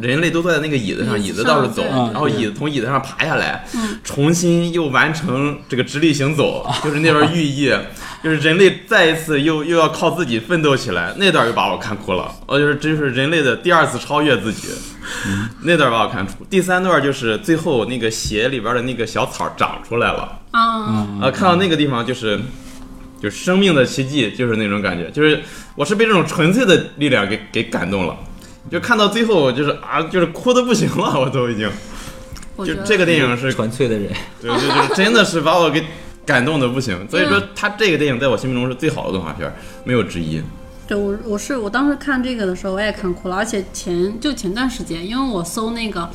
S1: 人类都坐在那个椅子上，
S4: 椅
S1: 椅子
S4: 子上
S1: 倒着走，
S4: 对
S1: 然后椅子从椅子上爬下来，重新又完成这个直立行走，就是那段寓意，就是人类再一次又又要靠自己奋斗起来，那段又把我看哭了，我就是这就是人类的第二次超越自己，那段把我看哭。第三段就是最后那个鞋里边的那个小草长出来了，
S4: 啊，
S1: 啊，看到那个地方就是，就是生命的奇迹，就是那种感觉，就是我是被这种纯粹的力量给给感动了，就看到最后我就是啊，就是哭的不行了，我都已经，
S4: 我
S1: 就
S4: 觉得
S1: 这个电影是，
S2: 纯粹的 (laughs) 人，
S1: 对，就就是真的是把我给感动的不行，所以说他这个电影在我心目中是最好的动画片，没有之一。
S4: 对嗯我我是我当时看这个的时候我也看哭了，而且前就前段时间，因为我搜那个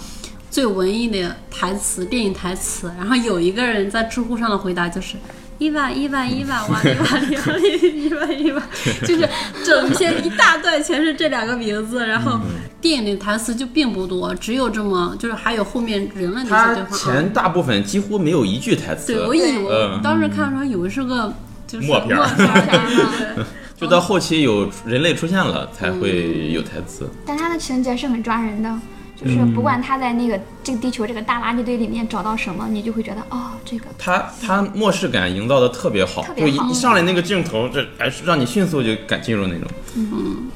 S4: 最文艺的台词电影台词，然后有一个人在知乎上的回答就是。伊娃伊娃伊娃哇里哇里哇里伊娃伊娃，就是整篇一大段全是这两个名字，然后
S1: 嗯
S4: 电影里台词就并不多，只有这么就是还有后面人了那
S1: 他
S4: 些对话。
S1: 前大部分几乎没有一句台词
S4: 对，我，以为、
S1: 嗯
S4: 当时看的时候以为是个就是
S1: 默片儿
S4: 片儿
S3: 啊
S4: 对对对
S1: 就到后期有人类出现了才
S4: 嗯
S1: 会有台词。
S3: 但它的情节是很抓人的，就是
S1: 嗯
S3: 不管他在那个这个地球这个大垃圾堆里面找到什么，你就会觉得哦，这个
S1: 他他漠视感营造的特别好，
S3: 特别
S1: 就一
S3: 好
S1: 一上来那个镜头，这还是让你迅速就感进入那种。嗯。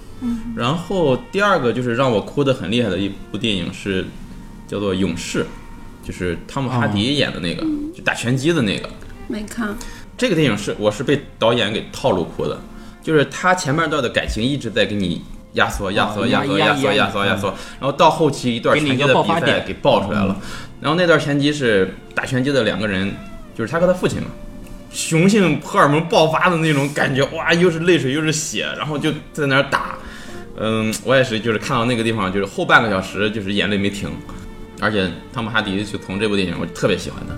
S1: 然后第二个就是让我哭得很厉害的一部电影是叫做《勇士》，就是汤姆哈迪演的那个，
S3: 嗯
S1: 就打拳击的那个。
S4: 没看。
S3: (laughs)
S1: 这个电影是我是被导演给套路哭的，就是他前半段的感情一直在给你压缩、压缩、
S2: 哦
S1: 压缩、
S2: 压
S1: 压缩、
S2: 压
S1: 压缩、压缩，然后到后期一段
S2: 嗯给你一
S1: 拳击的
S2: 个爆
S1: 比
S2: 发
S1: 赛
S2: 点嗯
S1: 给爆出来了，然后那段拳击是打拳击的两个人，就是他和他父亲嘛。雄性荷尔蒙爆发的那种感觉，哇，又是泪水又是血，然后就在那儿打，嗯，我也是，就是看到那个地方，就是后半个小时就是眼泪没停，而且汤姆哈迪就从这部电影我特别喜欢他，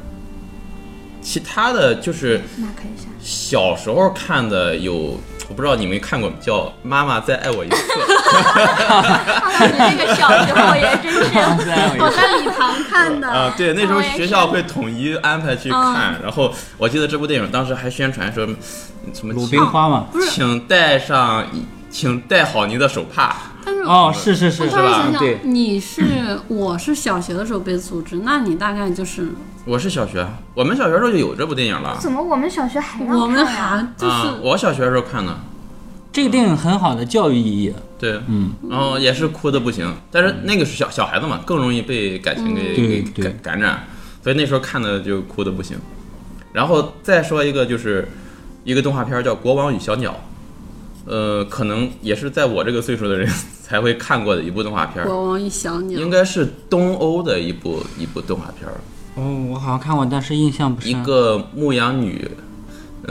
S1: 其他的就是
S3: 那可以下。
S1: 小时候看的有，我不知道你们看过叫《妈妈再爱我一次》，
S4: (laughs)
S3: 这个小时候也真
S4: (laughs)
S3: 是
S2: 自啊然有
S4: 我
S2: 意思
S4: 在礼堂看的。
S1: 啊，对，那时候
S3: 我也是
S1: 学校会统一安排去
S4: 嗯
S1: 看，然后我记得这部电影当时还宣传说什么，
S2: 鲁
S1: 请
S2: 冰花嘛。
S4: 不是
S1: 请带上，请带好你的手帕，
S4: 但是
S2: 哦，是是是
S4: 我
S2: 是
S4: 突然想
S2: 吧？对
S4: 想，，你是我是小学的时候被组织，那你大概就是
S1: 我是小学，我们小学时候就有这部电影了，
S3: 怎么我们小学还让
S4: 我们
S3: 看呀
S4: 还就是
S1: 啊，我小学时候看的，
S2: 这个电影很好的教育意义。
S1: 对，嗯，然后也是哭的不行，但是那个是小小孩子嘛，更容易被感情给、
S2: 嗯对
S1: 给
S2: 对
S1: 感感染，所以那时候看的就哭的不行。然后再说一个，就是一个动画片儿叫《国王与小鸟》，呃，可能也是在我这个岁数的人 (laughs) 才会看过的一部动画片儿，
S4: 国王与小鸟
S1: 应该是东欧的一部一部动画片儿，
S2: 哦，我好像看过，但是印象不
S1: 一
S2: 深。
S1: 个牧羊女。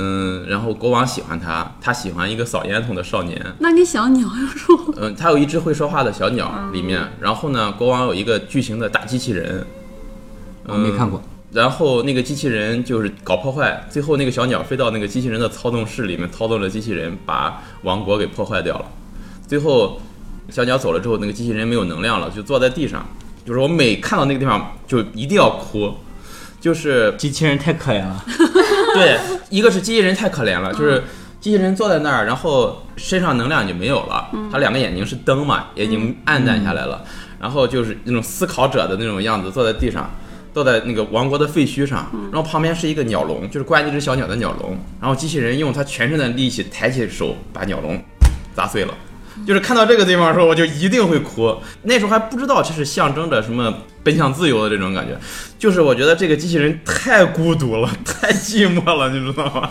S1: 嗯，然后国王喜欢她，她喜欢一个扫烟囱的少年，
S4: 那跟小鸟有什么？
S1: 嗯，它有一只会说话的小鸟里面，然后呢，国王有一个巨型的大机器人，
S2: 我没看过。
S1: 然后那个机器人就是搞破坏，最后那个小鸟飞到那个机器人的操纵室里面，操纵了机器人，把王国给破坏掉了。最后小鸟走了之后，那个机器人没有能量了，就坐在地上。就是我每看到那个地方就一定要哭，就是
S2: 机器人太可怜了，
S1: 对，一个是机器人太可怜了，就是机器人坐在那儿，然后身上能量已经没有了，他两个眼睛是灯嘛，也已经暗淡下来了，然后就是那种思考者的那种样子，坐在地上。坐在那个王国的废墟上，然后旁边是一个鸟笼，就是关一只小鸟的鸟笼，然后机器人用它全身的力气抬起手把鸟笼砸碎了，就是看到这个地方的时候，我就一定会哭。那时候还不知道这是象征着什么奔向自由的这种感觉，就是我觉得这个机器人太孤独了， (laughs) 太寂寞了，你知道吗？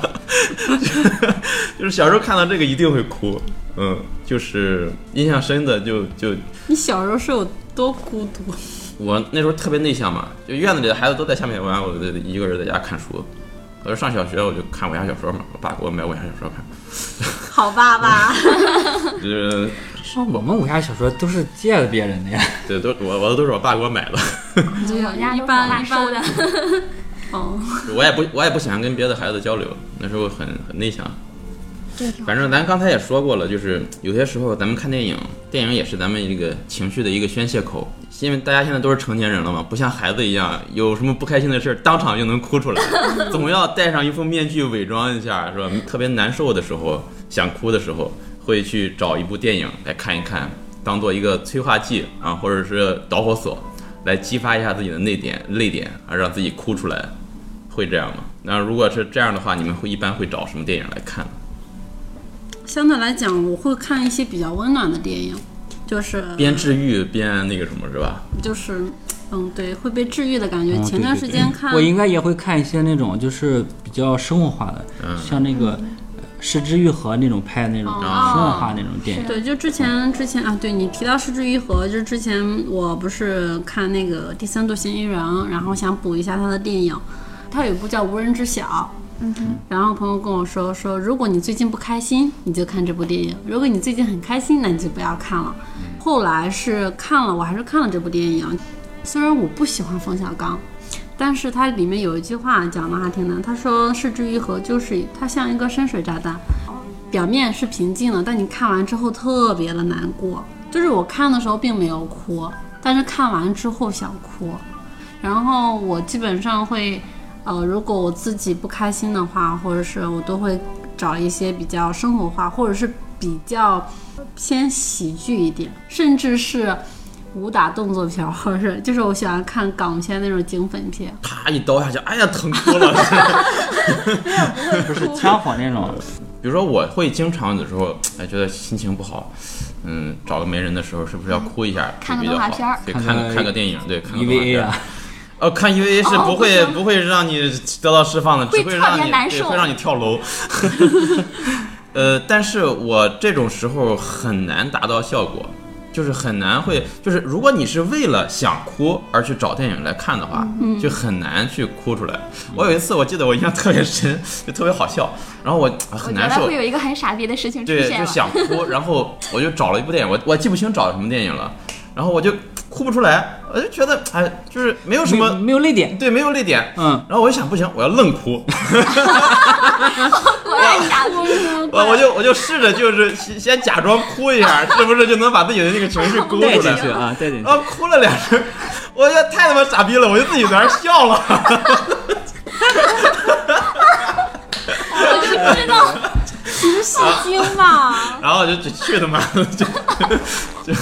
S1: (laughs) 就是小时候看到这个一定会哭，嗯，就是印象深的就就
S4: 你小时候是有多孤独？
S3: (laughs)
S1: 我那时候特别内向嘛，就院子里的孩子都在下面玩，我就一个人在家看书。我上小学我就看武侠小说嘛，我爸给我买武侠小说看， (laughs)
S4: 好爸
S3: 啊
S4: (laughs) 爸，
S1: 就是
S2: 像我们武侠小说都是借了别人的呀。
S1: 对都我我都是我爸给我买的，
S3: 对我家
S4: 一
S3: 都是我
S4: 般
S3: 爸
S4: 一般
S3: 收的。
S4: 哦，
S1: 我也不我也不喜欢跟别的孩子交流，那时候很很内向。
S3: 对，
S1: 反正咱刚才也说过了，就是有些时候咱们看电影，电影也是咱们这个情绪的一个宣泄口，因为大家现在都是成年人了嘛，不像孩子一样，有什么不开心的事儿当场就能哭出来， (laughs) 总要戴上一副面具伪装一下，是吧？特别难受的时候，想哭的时候，会去找一部电影来看一看，当做一个催化剂啊，或者是导火索，来激发一下自己的内点泪点，啊，让自己哭出来，会这样吗？那如果是这样的话，你们会一般会找什么电影来看呢？
S4: 相对来讲，我会看一些比较温暖的电影，就是
S1: 边治愈边那个什么是吧？
S4: 就是，嗯，对，会被治愈的感觉。
S2: 嗯
S4: 前段时间看，
S2: 我应该也会看一些那种就是比较生活化的，像那个《呃失之愈合》那种拍的那种
S4: 哦
S2: 生
S1: 啊
S2: 活化那种电影。
S4: 对，就之前之前啊，对你提到失之愈合，就是之前我不是看那个《第三度嫌疑人》，然后想补一下他的电影，他有一部叫《无人知晓》。嗯然后朋友跟我说说，如果你最近不开心，你就看这部电影；如果你最近很开心，那你就不要看了。后来是看了，我还是看了这部电影。虽然我不喜欢冯小刚，但是它里面有一句话讲的还挺难。他说“失之愈合”就是它像一个深水炸弹，表面是平静的，但你看完之后特别的难过。就是我看的时候并没有哭，但是看完之后想哭。然后我基本上会，呃，如果我自己不开心的话，或者是我都会找一些比较生活化，或者是比较偏喜剧一点，甚至是武打动作片儿，或者是就是我喜欢看港片那种警匪片。
S1: 啪一刀下去，哎呀疼哭了。 (laughs)
S2: 不是枪火那种，
S1: 比如说我会经常有时候哎觉得心情不好，嗯，找个没人的时候是不是要哭一下
S3: 看
S1: 会
S3: 个
S1: 比较
S3: 动画
S1: 好
S3: 片儿
S1: 对，
S2: 看
S1: 看
S2: 个
S1: 看个电影，对，看个动画
S2: EVA
S1: 片
S2: 啊
S1: 儿。，哦，看 EVA 是
S4: 哦
S1: 不
S4: 不
S1: 会
S4: 行
S1: 不会让你得到释放的，只
S3: 会
S1: 会
S3: 特
S1: 让
S3: 别
S1: 你
S3: 难
S1: 对
S3: 受
S1: 会让你跳
S3: (laughs)
S1: 楼。呃，但是我这种时候很难达到效果，就是很难会，就是如果你是为了想哭而去找电影来看的话，
S3: 嗯
S1: 就很难去哭出来。我有一次我记得我印象特别深，就特别好笑，然后我啊
S3: 我
S1: 很
S3: 觉
S1: 难
S3: 得
S1: 受
S3: 会，有一个很傻逼的事情出
S1: 对，
S3: 现
S1: 就
S3: 了。
S1: 想哭，然后我就找了一部电影，我我记不清找什么电影了，然后我就哭不出来，我就觉得哎，就是没有什
S2: 没
S1: 么。
S2: 没有泪点？
S1: 对，没有泪点，
S2: 嗯，
S1: 然后我就想，不行，我要愣哭，
S3: 果然傻逼，
S1: 我我就我就试着就是先先假装哭一 (laughs) 下，是不是就能把自己的那个情绪勾出
S2: 带
S1: 来？
S2: 进去啊，带进去
S1: 然。后哭了两声， (laughs) 我觉得太他妈傻逼了，我就自己在那儿笑 (laughs) 了。
S3: 我就知道。
S4: 戏精吧，
S1: 然后就就去他妈的，就就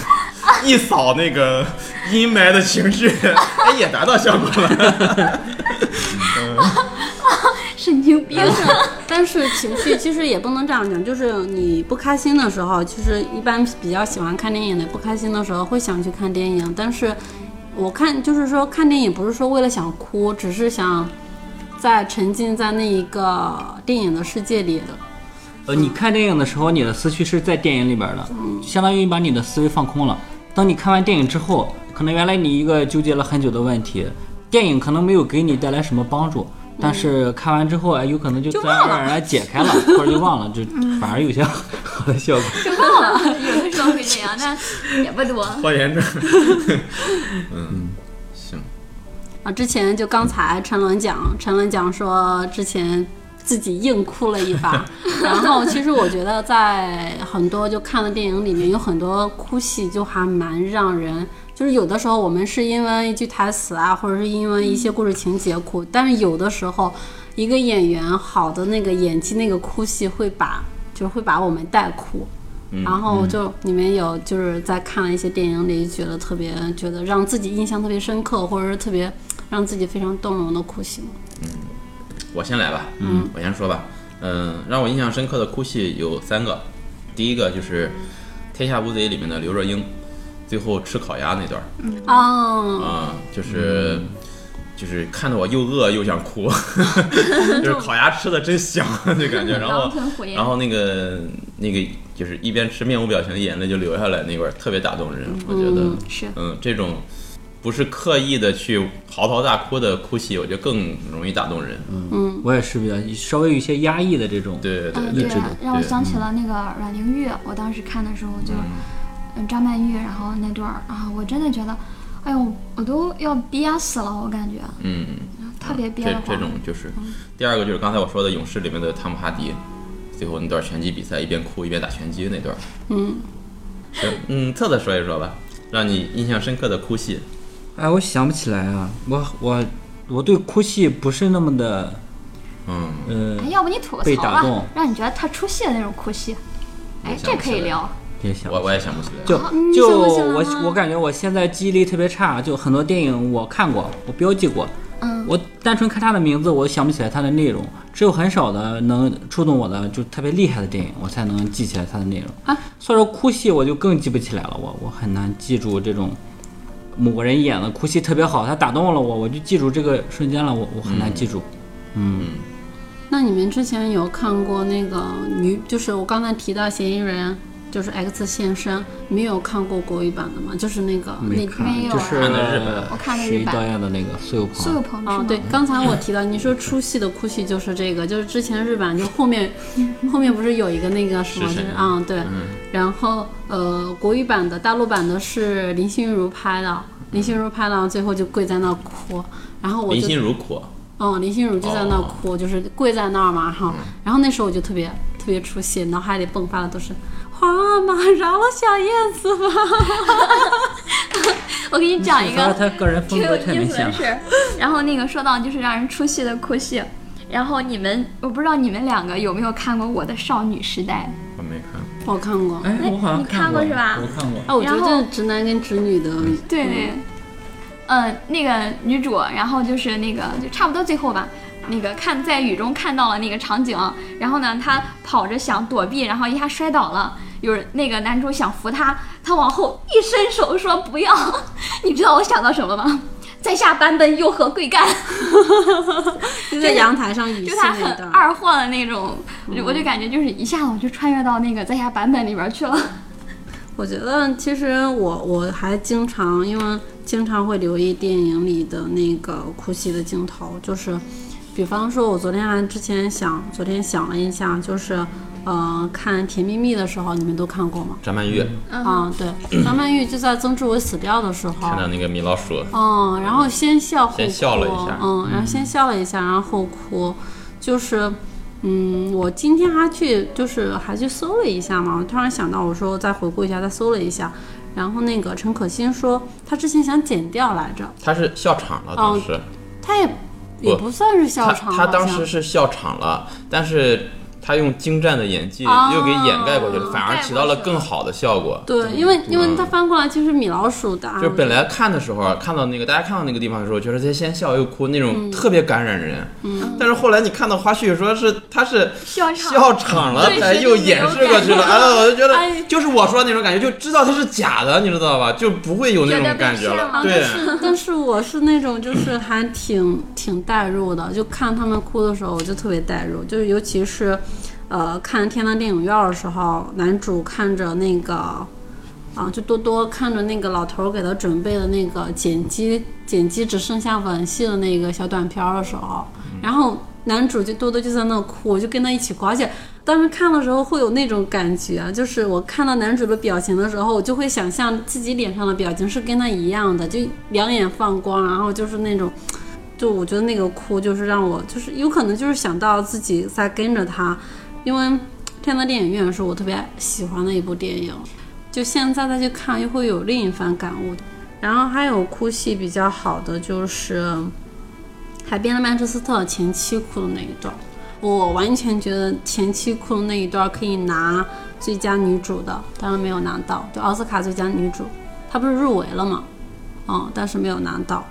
S1: 一扫那个阴霾的情 (laughs) 绪，哎，也达到效果了。
S3: (laughs)
S1: (laughs)
S3: 神经病。
S4: 但是但是情绪其实也不能这样讲，就是你不开心的时候，其实一般比较喜欢看电影的，不开心的时候会想去看电影，但是我看就是说看电影不是说为了想哭，只是想在沉浸在那一个电影的世界里的。
S2: 呃，你看电影的时候，你的思绪是在电影里边的，就相当于你把你的思维放空了。当你看完电影之后，可能原来你一个纠结了很久的问题，电影可能没有给你带来什么帮助，但是看完之后，哎，有可能就自然而然解开了，或者就忘了，就反而有些好的效果。 (laughs)
S3: 就忘了，有的时候会这样，但也不多。
S1: 拖延症，嗯，行，
S4: 啊，之前就刚才陈伦讲，陈伦讲说之前自己硬哭了一把，然后其实我觉得在很多就看的电影里面，有很多哭戏就还蛮让人。就是有的时候我们是因为一句台词啊，或者是因为一些故事情节哭，但是有的时候，一个演员好的那个演技那个哭戏会把，就是会把我们带哭。
S1: 嗯
S4: 然后就里面有就是在看了一些电影里，觉得特别觉得让自己印象特别深刻，或者是特别让自己非常动容的哭戏。
S1: 我先来吧，嗯，我先说吧，嗯，让我印象深刻的哭戏有三个，第一个就是天下无贼》里面的刘若英，最后吃烤鸭那段儿
S4: 哦，
S1: 啊、就是。就是看得我又饿又想哭， (laughs) 就是烤鸭吃的真香， (laughs) 就感
S4: 嗯
S1: 觉，然后
S3: 狼吞虎咽
S1: 然。后那个那个就是一边吃面无表情，眼泪就流下来那块儿特别打动人，我觉得
S4: 嗯，
S3: 是
S1: 嗯，这种不是刻意的去嚎啕大哭的哭戏，我觉得更容易打动人。
S4: 嗯，
S2: 我也是比较稍微有一些压抑的这种。
S1: 对对
S3: 嗯，
S1: 对
S3: 对
S1: 对，
S3: 啊，让我想起了那个阮玲玉，我当时看的时候就，嗯，张曼玉，然后那段儿啊，我真的觉得，哎呦，我都要憋死了，我感觉
S1: 嗯，
S3: 特别憋
S1: 这
S3: 得
S1: 这
S3: 慌。
S1: 种就是第二个就是刚才我说的《勇士》里面的汤姆哈迪，最后那段拳击比赛一边哭一边打拳击那段。
S4: 嗯，
S1: 行，嗯，特特说一说吧，让你印象深刻的哭戏。
S2: 哎，我想不起来啊，我我我对哭戏不是那么的，
S1: 嗯，
S2: 呃
S3: 哎，，要不你吐个
S2: 被
S3: 槽
S2: 打
S3: 吧
S2: 动，
S3: 让你觉得特出戏的那种哭戏。哎，这可以聊。
S2: 别想
S1: 我我也想不起来。
S2: 嗯就
S3: 啊你
S2: 就
S3: 想不起来
S2: 我
S3: 吗
S2: 我感觉我现在记忆力特别差，就很多电影我看过，我标记过，
S3: 嗯，
S2: 我单纯看它的名字，我想不起来它的内容。只有很少的能触动我的，就特别厉害的电影，我才能记起来它的内容。啊，所以说哭戏我就更记不起来了，我我很难记住这种某个人演的哭戏特别好，他打动了我，我就记住这个瞬间了，我我很难记住。
S4: 那你们之前有看过那个女，就是我刚才提到嫌疑人，就是 X 现身，你们有看过国语版的吗？就是那个那
S2: 没看
S3: 没，有
S2: 就
S3: 啊
S2: 是
S1: 看的日本
S3: 我看的
S2: 谁
S3: 日版
S2: 导演的那个苏有
S3: 苏有
S2: 朋，
S3: 朋是
S4: 啊
S3: 吗，？
S4: 对，刚才我提到你说出戏的哭戏就是这个，就是之前日版就后面后面不是有一个那个什么，
S1: 食
S4: 就
S1: 神
S4: 是啊、对，然后呃国语版的大陆版的是林心如拍的，林心如拍的最后就跪在那儿哭，然后我
S1: 林
S4: 就
S1: 心如哭，
S4: 嗯林心如嗯就在那儿哭，就是跪在那儿嘛哈，然后那时候我就特别特别出戏，脑海里迸发的都是皇阿玛饶了小燕子吧，
S3: 我给你讲一
S2: 他
S3: 个
S2: 他个人
S3: 挺
S2: 风
S3: 有
S2: 格太
S3: 意
S2: 明
S3: 思
S2: 显
S3: 的
S2: 了。
S3: 事儿。然后那个说到就是让人出戏的哭戏，然后你们我不知道你们两个有没有看过《我的少女时代
S1: 我没看。
S4: 我看过，
S2: 哎，我好像
S3: 你看过
S2: 过
S3: 是吧哦
S2: 我看过。
S4: 哎我觉得
S3: 嗯然后
S4: 这直男跟直
S3: (laughs)
S4: 女的》？
S3: 对对，嗯，那个女主，然后就是那个就差不多最后吧。那个看在雨中看到了那个场景，然后呢，她跑着想躲避，然后一下摔倒了。有人那个男主想扶她，她往后一伸手说不要。 (laughs) 你知道我想到什么吗？在下版本又何贵干？
S4: 就在阳台上语
S3: 就
S4: 气
S3: 他
S4: 那一
S3: 很
S4: 段。
S3: 二货的那种，我就我就感觉就是一下子我就穿越到那个在下版本里边去了。
S4: 我觉得其实我我还经常因为经常会留意电影里的那个哭戏的镜头，就是，比方说，我昨天还之前想，昨天想了一下，就是，呃，看《甜蜜蜜》的时候，你们都看过吗？
S1: 张曼玉
S4: 啊，对，张曼玉就在曾志伟死掉的时候
S1: 看，到那个米老鼠，
S4: 嗯，然后先笑后
S1: 先笑了一
S4: 哭
S1: 下
S4: 嗯，然后先笑了一下，然后后哭，就是，嗯，我今天还去就是还去搜了一下嘛，我突然想到，我说再回顾一下，再搜了一下，然后那个陈可辛说他之前想剪掉来着，
S1: 他是笑场了，当时。
S4: 他也也不算是笑场，
S1: 他他
S4: 好
S1: 当
S4: 像
S1: 时是笑场了，但是他用精湛的演技
S4: 啊
S1: 又给掩盖过去了，反
S3: 盖
S1: 而
S3: 过
S1: 起到了
S3: 去了
S1: 更好的效果。
S4: 对，因为因为他翻过来就是米老鼠的案啊
S1: 就
S4: 子，
S1: 是本来看的时候，啊看到那个大家看到那个地方的时候，觉得他先笑又哭那种特别感染人。嗯。但是后来你看到花絮，说是他是
S3: 笑场
S1: 笑场了
S3: 对
S1: 才
S3: 是
S1: 又
S3: 那种
S1: 掩饰过去了，哎，我就觉
S4: 哎
S1: 得就是我说的那种感觉，就知道他是假的，你知道吧？就不会有那
S3: 觉得
S1: 种
S3: 被
S1: 感觉
S3: 骗
S1: 了。
S3: 了
S1: 对。
S4: 但是但是我是那种就是还挺挺代入的，就看他们哭的时候，我就特别代入，就是尤其是，呃，看《天堂电影院》的时候，男主看着那个，啊、就多多看着那个老头儿给他准备的那个剪辑剪辑只剩下吻戏的那个小短片儿的时候，然后男主就多多就在那哭，我就跟他一起哭，而且。当时看的时候会有那种感觉，啊就是我看到男主的表情的时候，我就会想象自己脸上的表情是跟他一样的，就两眼放光，然后就是那种，就我觉得那个哭就是让我就是有可能就是想到自己在跟着他，因为《天堂电影院》是我特别喜欢的一部电影，就现在再去看又会有另一番感悟。然后还有哭戏比较好的就是《海边的曼彻斯特》前期哭的那一段。我完全觉得前期哭的那一段可以拿最佳女主的，当然没有拿到，就奥斯卡最佳女主，她不是入围了吗？哦，但是没有拿到。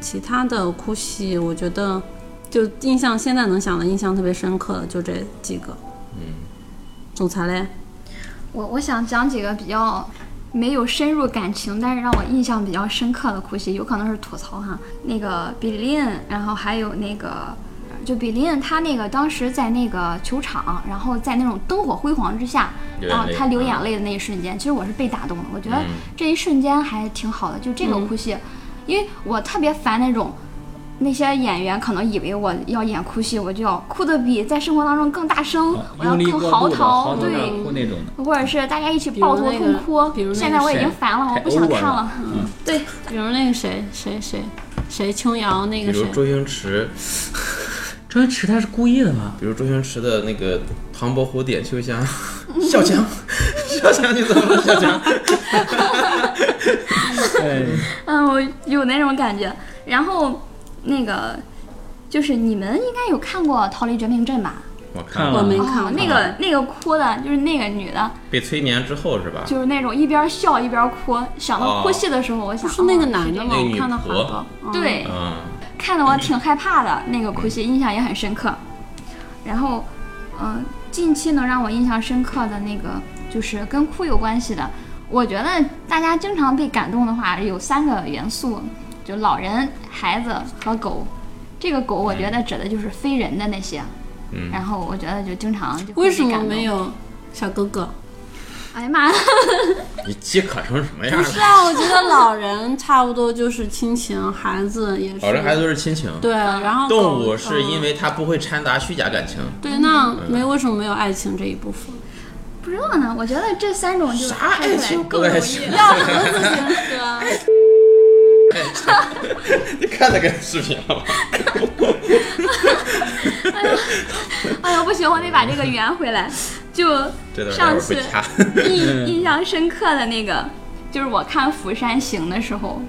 S4: 其他的哭戏，我觉得就印象现在能想的印象特别深刻的就这几个。嗯，总裁嘞？
S3: 我我想讲几个比较没有深入感情，但是让我印象比较深刻的哭戏，有可能是吐槽哈。那个比利，然后还有那个。就比利他那个当时在那个球场，然后在那种灯火辉煌之下，
S1: 流眼泪
S3: 然后他流
S2: 嗯
S3: 眼泪的那一瞬间，其实我是被打动的。我觉得
S1: 嗯
S3: 这一瞬间还挺好的，就这
S2: 嗯
S3: 个哭戏，因为我特别烦那种那些演员可能以为我要演哭戏，我就要哭得比在生活当中更大声，我
S2: 嗯哦
S3: 要
S2: 用力
S3: 更
S2: 过度
S3: 嚎
S2: 的
S3: 啕，
S2: 嚎啕大
S3: 对，
S2: 哭那种的。
S3: 或者是大家一起
S4: 比
S3: 抱
S4: 如
S3: 头
S4: 那
S3: 痛
S4: 个
S3: 哭。
S4: 比如那
S3: 现
S4: 个
S3: 在我已
S2: 谁
S3: 经烦了，我
S2: 太
S3: 不想
S2: over
S3: 看
S2: 了
S3: 了。
S4: 对，比如那个谁谁谁谁琼瑶那
S1: 比
S4: 个
S1: 如
S4: 谁，
S1: 周星驰，
S2: 周星驰他是故意
S1: (laughs)
S2: 的吗？
S1: 比如周星驰的那个《唐伯虎点秋香》，小强，小强你怎么了？小强，
S2: 对，
S3: (laughs) 嗯，我有那种感觉。然后那个就是你们应该有看过《逃离绝命镇》吧？
S1: 我看
S4: 我
S1: 了，
S4: 没看
S3: 哦
S4: 过，
S3: 那个那个哭的，就是那个女的，
S1: 被催眠之后是吧？
S3: 就是那种一边笑一边哭。想
S2: 哦
S3: 到哭戏的时候，我想
S4: 是那个男
S3: 哦
S4: 的
S1: 那
S4: 吗？
S1: 个
S4: 我
S1: 女
S4: 看到好
S1: 婆
S4: 多，嗯
S3: 对，
S1: 嗯，
S3: 看得我挺害怕的那个哭戏，印象也很深刻。然后，嗯、近期能让我印象深刻的那个就是跟哭有关系的，我觉得大家经常被感动的话有三个元素，就老人、孩子和狗。这个狗我觉得指的就是非人的那些，
S1: 嗯
S3: 然后我觉得就经常就会
S4: 为什
S3: 被
S4: 么
S3: 感动
S4: 没？有小哥哥？
S3: 哎呀妈呀！
S1: 你饥渴成什么样
S4: 不是
S1: 了？
S4: 啊，我觉得老人差不多就是亲情，孩子也是。
S1: 老人孩子都是亲情，
S4: 对，然后狗
S1: 动物是因、嗯
S4: 嗯
S1: 为它不会掺杂虚假感情。
S4: 对，那没为什么没有爱情这一部分？
S3: 不知道呢，我觉得这三种就
S1: 啥爱情不爱情？
S4: 要很多自行
S1: (laughs)
S4: 车，
S1: 你看那个视频
S3: (laughs)
S1: 了吗？
S3: 哎呀，不行，我得把这个圆回来。就
S1: 这段待会
S3: 上
S1: 儿
S3: 次
S1: 会掐。
S3: (laughs) 印印象深刻的那个，就是我看《釜山行》的时候，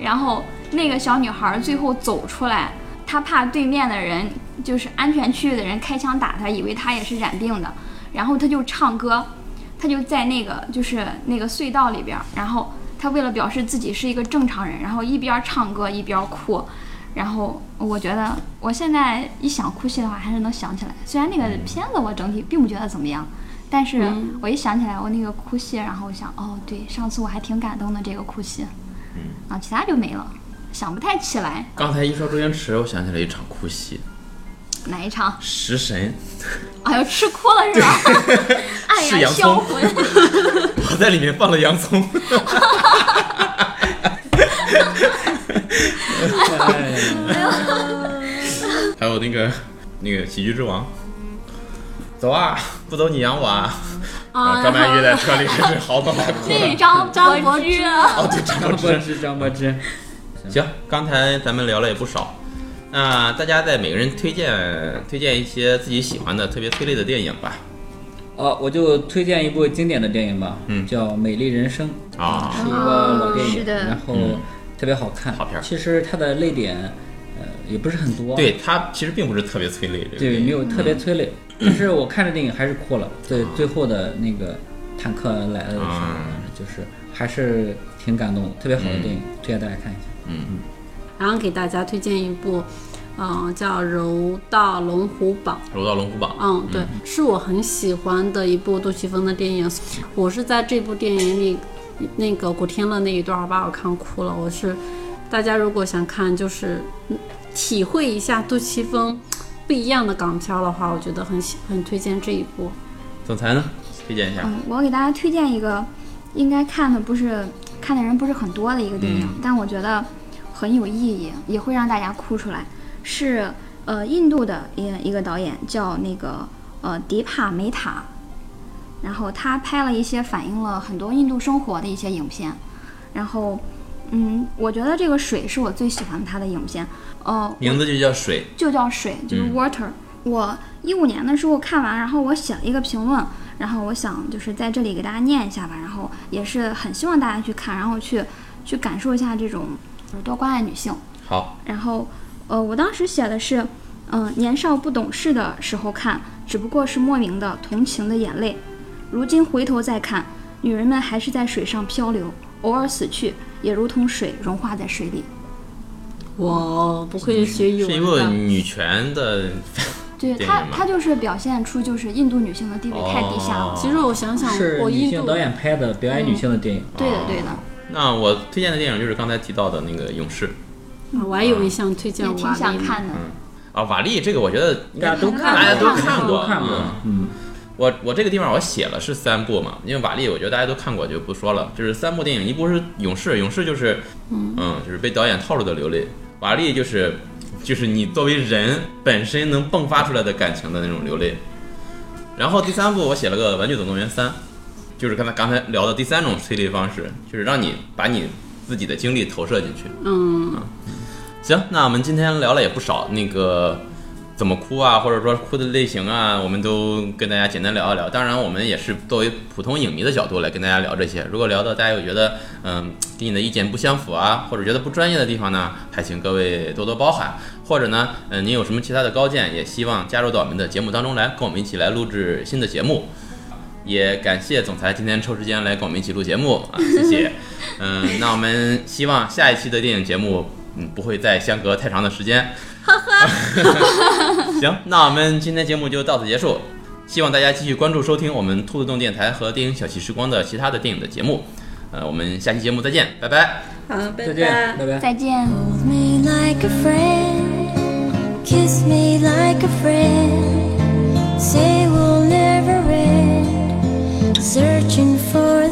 S3: 然后那个小女孩最后走出来，她怕对面的人，就是安全区域的人开枪打她，以为她也是染病的，然后她就唱歌，她就在那个就是那个隧道里边儿，然后她为了表示自己是一个正常人，然后一边儿唱歌一边儿哭。然后我觉得，我现在一想哭戏的话，还是能想起来。虽然那个片子我整体并不觉得怎么样，但是我一想起来我那个哭戏，然后我想，哦，对，上次我还挺感动的这个哭戏，啊，其他就没了，想不太起来
S1: 刚才一说周星驰，我想起来一场哭戏，
S3: 哪一场。
S1: 《食神》，
S3: 哎呦，吃哭了是吧？黯
S1: 是
S3: 然
S1: 洋葱
S3: 销魂。
S1: 我在里面放了洋葱。
S3: (laughs) 哎
S1: (laughs) 还有那个那个《喜剧之王》，走啊，不走你养我啊！
S4: 啊，
S1: 张
S4: (laughs)
S1: 曼玉在
S4: 然后
S1: 车里开始嚎啕大哭
S3: 那
S1: (laughs) 了。
S3: 张
S4: 张柏
S3: 芝
S4: 芝
S3: 啊，
S1: 哦，对，张柏
S2: (laughs) 张柏 (laughs)
S1: 芝。
S2: 芝，张柏芝，
S1: 行，刚才咱们聊了也不少，那大家再每个人推荐推荐一些自己喜欢的特别催泪的电影吧。
S2: 哦，我就推荐一部经典的电影吧，
S1: 嗯
S2: 叫《美丽人生》，
S1: 啊
S2: 是一个老电
S3: 哦是
S2: 影，
S3: 的
S2: 然后
S1: 嗯
S2: 特别好看。
S1: 好片儿
S2: 其实它的泪点，呃，也不是很多，
S1: 对，它其实并不是特别催泪，这个
S2: 对，
S1: 电影
S2: 没有特别
S3: 嗯
S2: 催泪，但是我看着电影还是哭了。对，最后的那个坦克来了的时候
S1: 啊，
S2: 就是还是挺感动的，特别好的电影，推荐大家看一下。
S1: 嗯，
S4: 然后给大家推荐一部，嗯、叫《柔道龙虎榜》。
S1: 柔道龙虎榜。
S4: 嗯，对，是我很喜欢的一部杜琪峰的电影。我是在这部电影里，那个古天乐那一段儿把我看哭了。我是，大家如果想看，就是嗯体会一下杜琪峰不一样的港片儿的话，我觉得很喜很推荐这一部。
S1: 总裁呢，推荐一下。
S3: 嗯，我给大家推荐一个，应该看的不是看的人不是很多的一个电影，
S1: 嗯
S3: 但我觉得很有意义，也会让大家哭出来。是呃，印度的一一个导演叫那个呃迪帕梅塔，然后他拍了一些反映了很多印度生活的一些影片，然后嗯，我觉得这个水是我最喜欢他的影片，呃，
S1: 名字就叫水，
S3: 就叫水，就是
S1: 嗯
S3: water。我一五年的时候看完，然后我写了一个评论，然后我想就是在这里给大家念一下吧，然后也是很希望大家去看，然后去去感受一下这种就是多关爱女性。
S1: 好，
S3: 然后，呃，我当时写的是，嗯、年少不懂事的时候看，只不过是莫名的同情的眼泪；如今回头再看，女人们还是在水上漂流，偶尔死去，也如同水融化在水里。
S4: 我不会学
S1: 是一
S4: 语文
S1: 部
S4: 的，
S1: 女权的 (laughs)
S3: 对
S1: 电
S3: 她
S1: 影，嘛
S3: 她就是表现出就是印度女性的地位太低下
S1: 哦
S3: 了。
S4: 其实我想想，
S2: 是
S4: 我
S2: 女
S4: 印
S2: 性
S4: 度
S2: 导演拍的，表演女性的电影。
S3: 对的，对的，
S1: 那我推荐的电影就是刚才提到的那个《勇士》
S4: 啊我还有
S2: 嗯
S4: 一项推荐
S3: 也
S4: 我
S3: 挺想
S4: 看。
S3: 看的。
S1: 啊，瓦力这个我觉得应该
S2: 大家都
S1: 大家
S3: 看过
S1: 都看过，
S2: 都看过
S1: 嗯。
S2: 嗯，
S1: 我我这个地方我写了是三部嘛，因为瓦力我觉得大家都看过就不说了，就是三部电影，一部是《勇士》，《勇士》就是嗯就是被导演套路的流泪，瓦力就是就是你作为人本身能迸发出来的感情的那种流泪。然后第三部我写了个《玩具总动员三》，就是刚才刚才聊的第三种推理方式，就是让你把你自己的经历投射进去。
S4: 嗯，
S1: 行，那我们今天聊了也不少，那个怎么哭啊，或者说哭的类型啊，我们都跟大家简单聊一聊。当然，我们也是作为普通影迷的角度来跟大家聊这些。如果聊到大家有觉得嗯跟你的意见不相符啊，或者觉得不专业的地方呢，还请各位多多包涵。或者呢，嗯、您有什么其他的高见，也希望加入到我们的节目当中来，跟我们一起来录制新的节目。也感谢总裁今天抽时间来跟我们一起录节目啊，谢谢。 (laughs) 嗯，那我们希望下一期的电影节目，嗯，不会再相隔太长的时间。 (laughs) 行，那我们今天节目就到此结束，希望大家继续关注收听我们兔子洞电台和电影小憩时光的其他的电影的节目。呃，我们下期节目再见，拜拜。
S4: 好，拜
S2: 再见，拜拜。
S3: 再见。
S5: Hold me like a friend, kiss me like a friend. Say we'll never end, searching for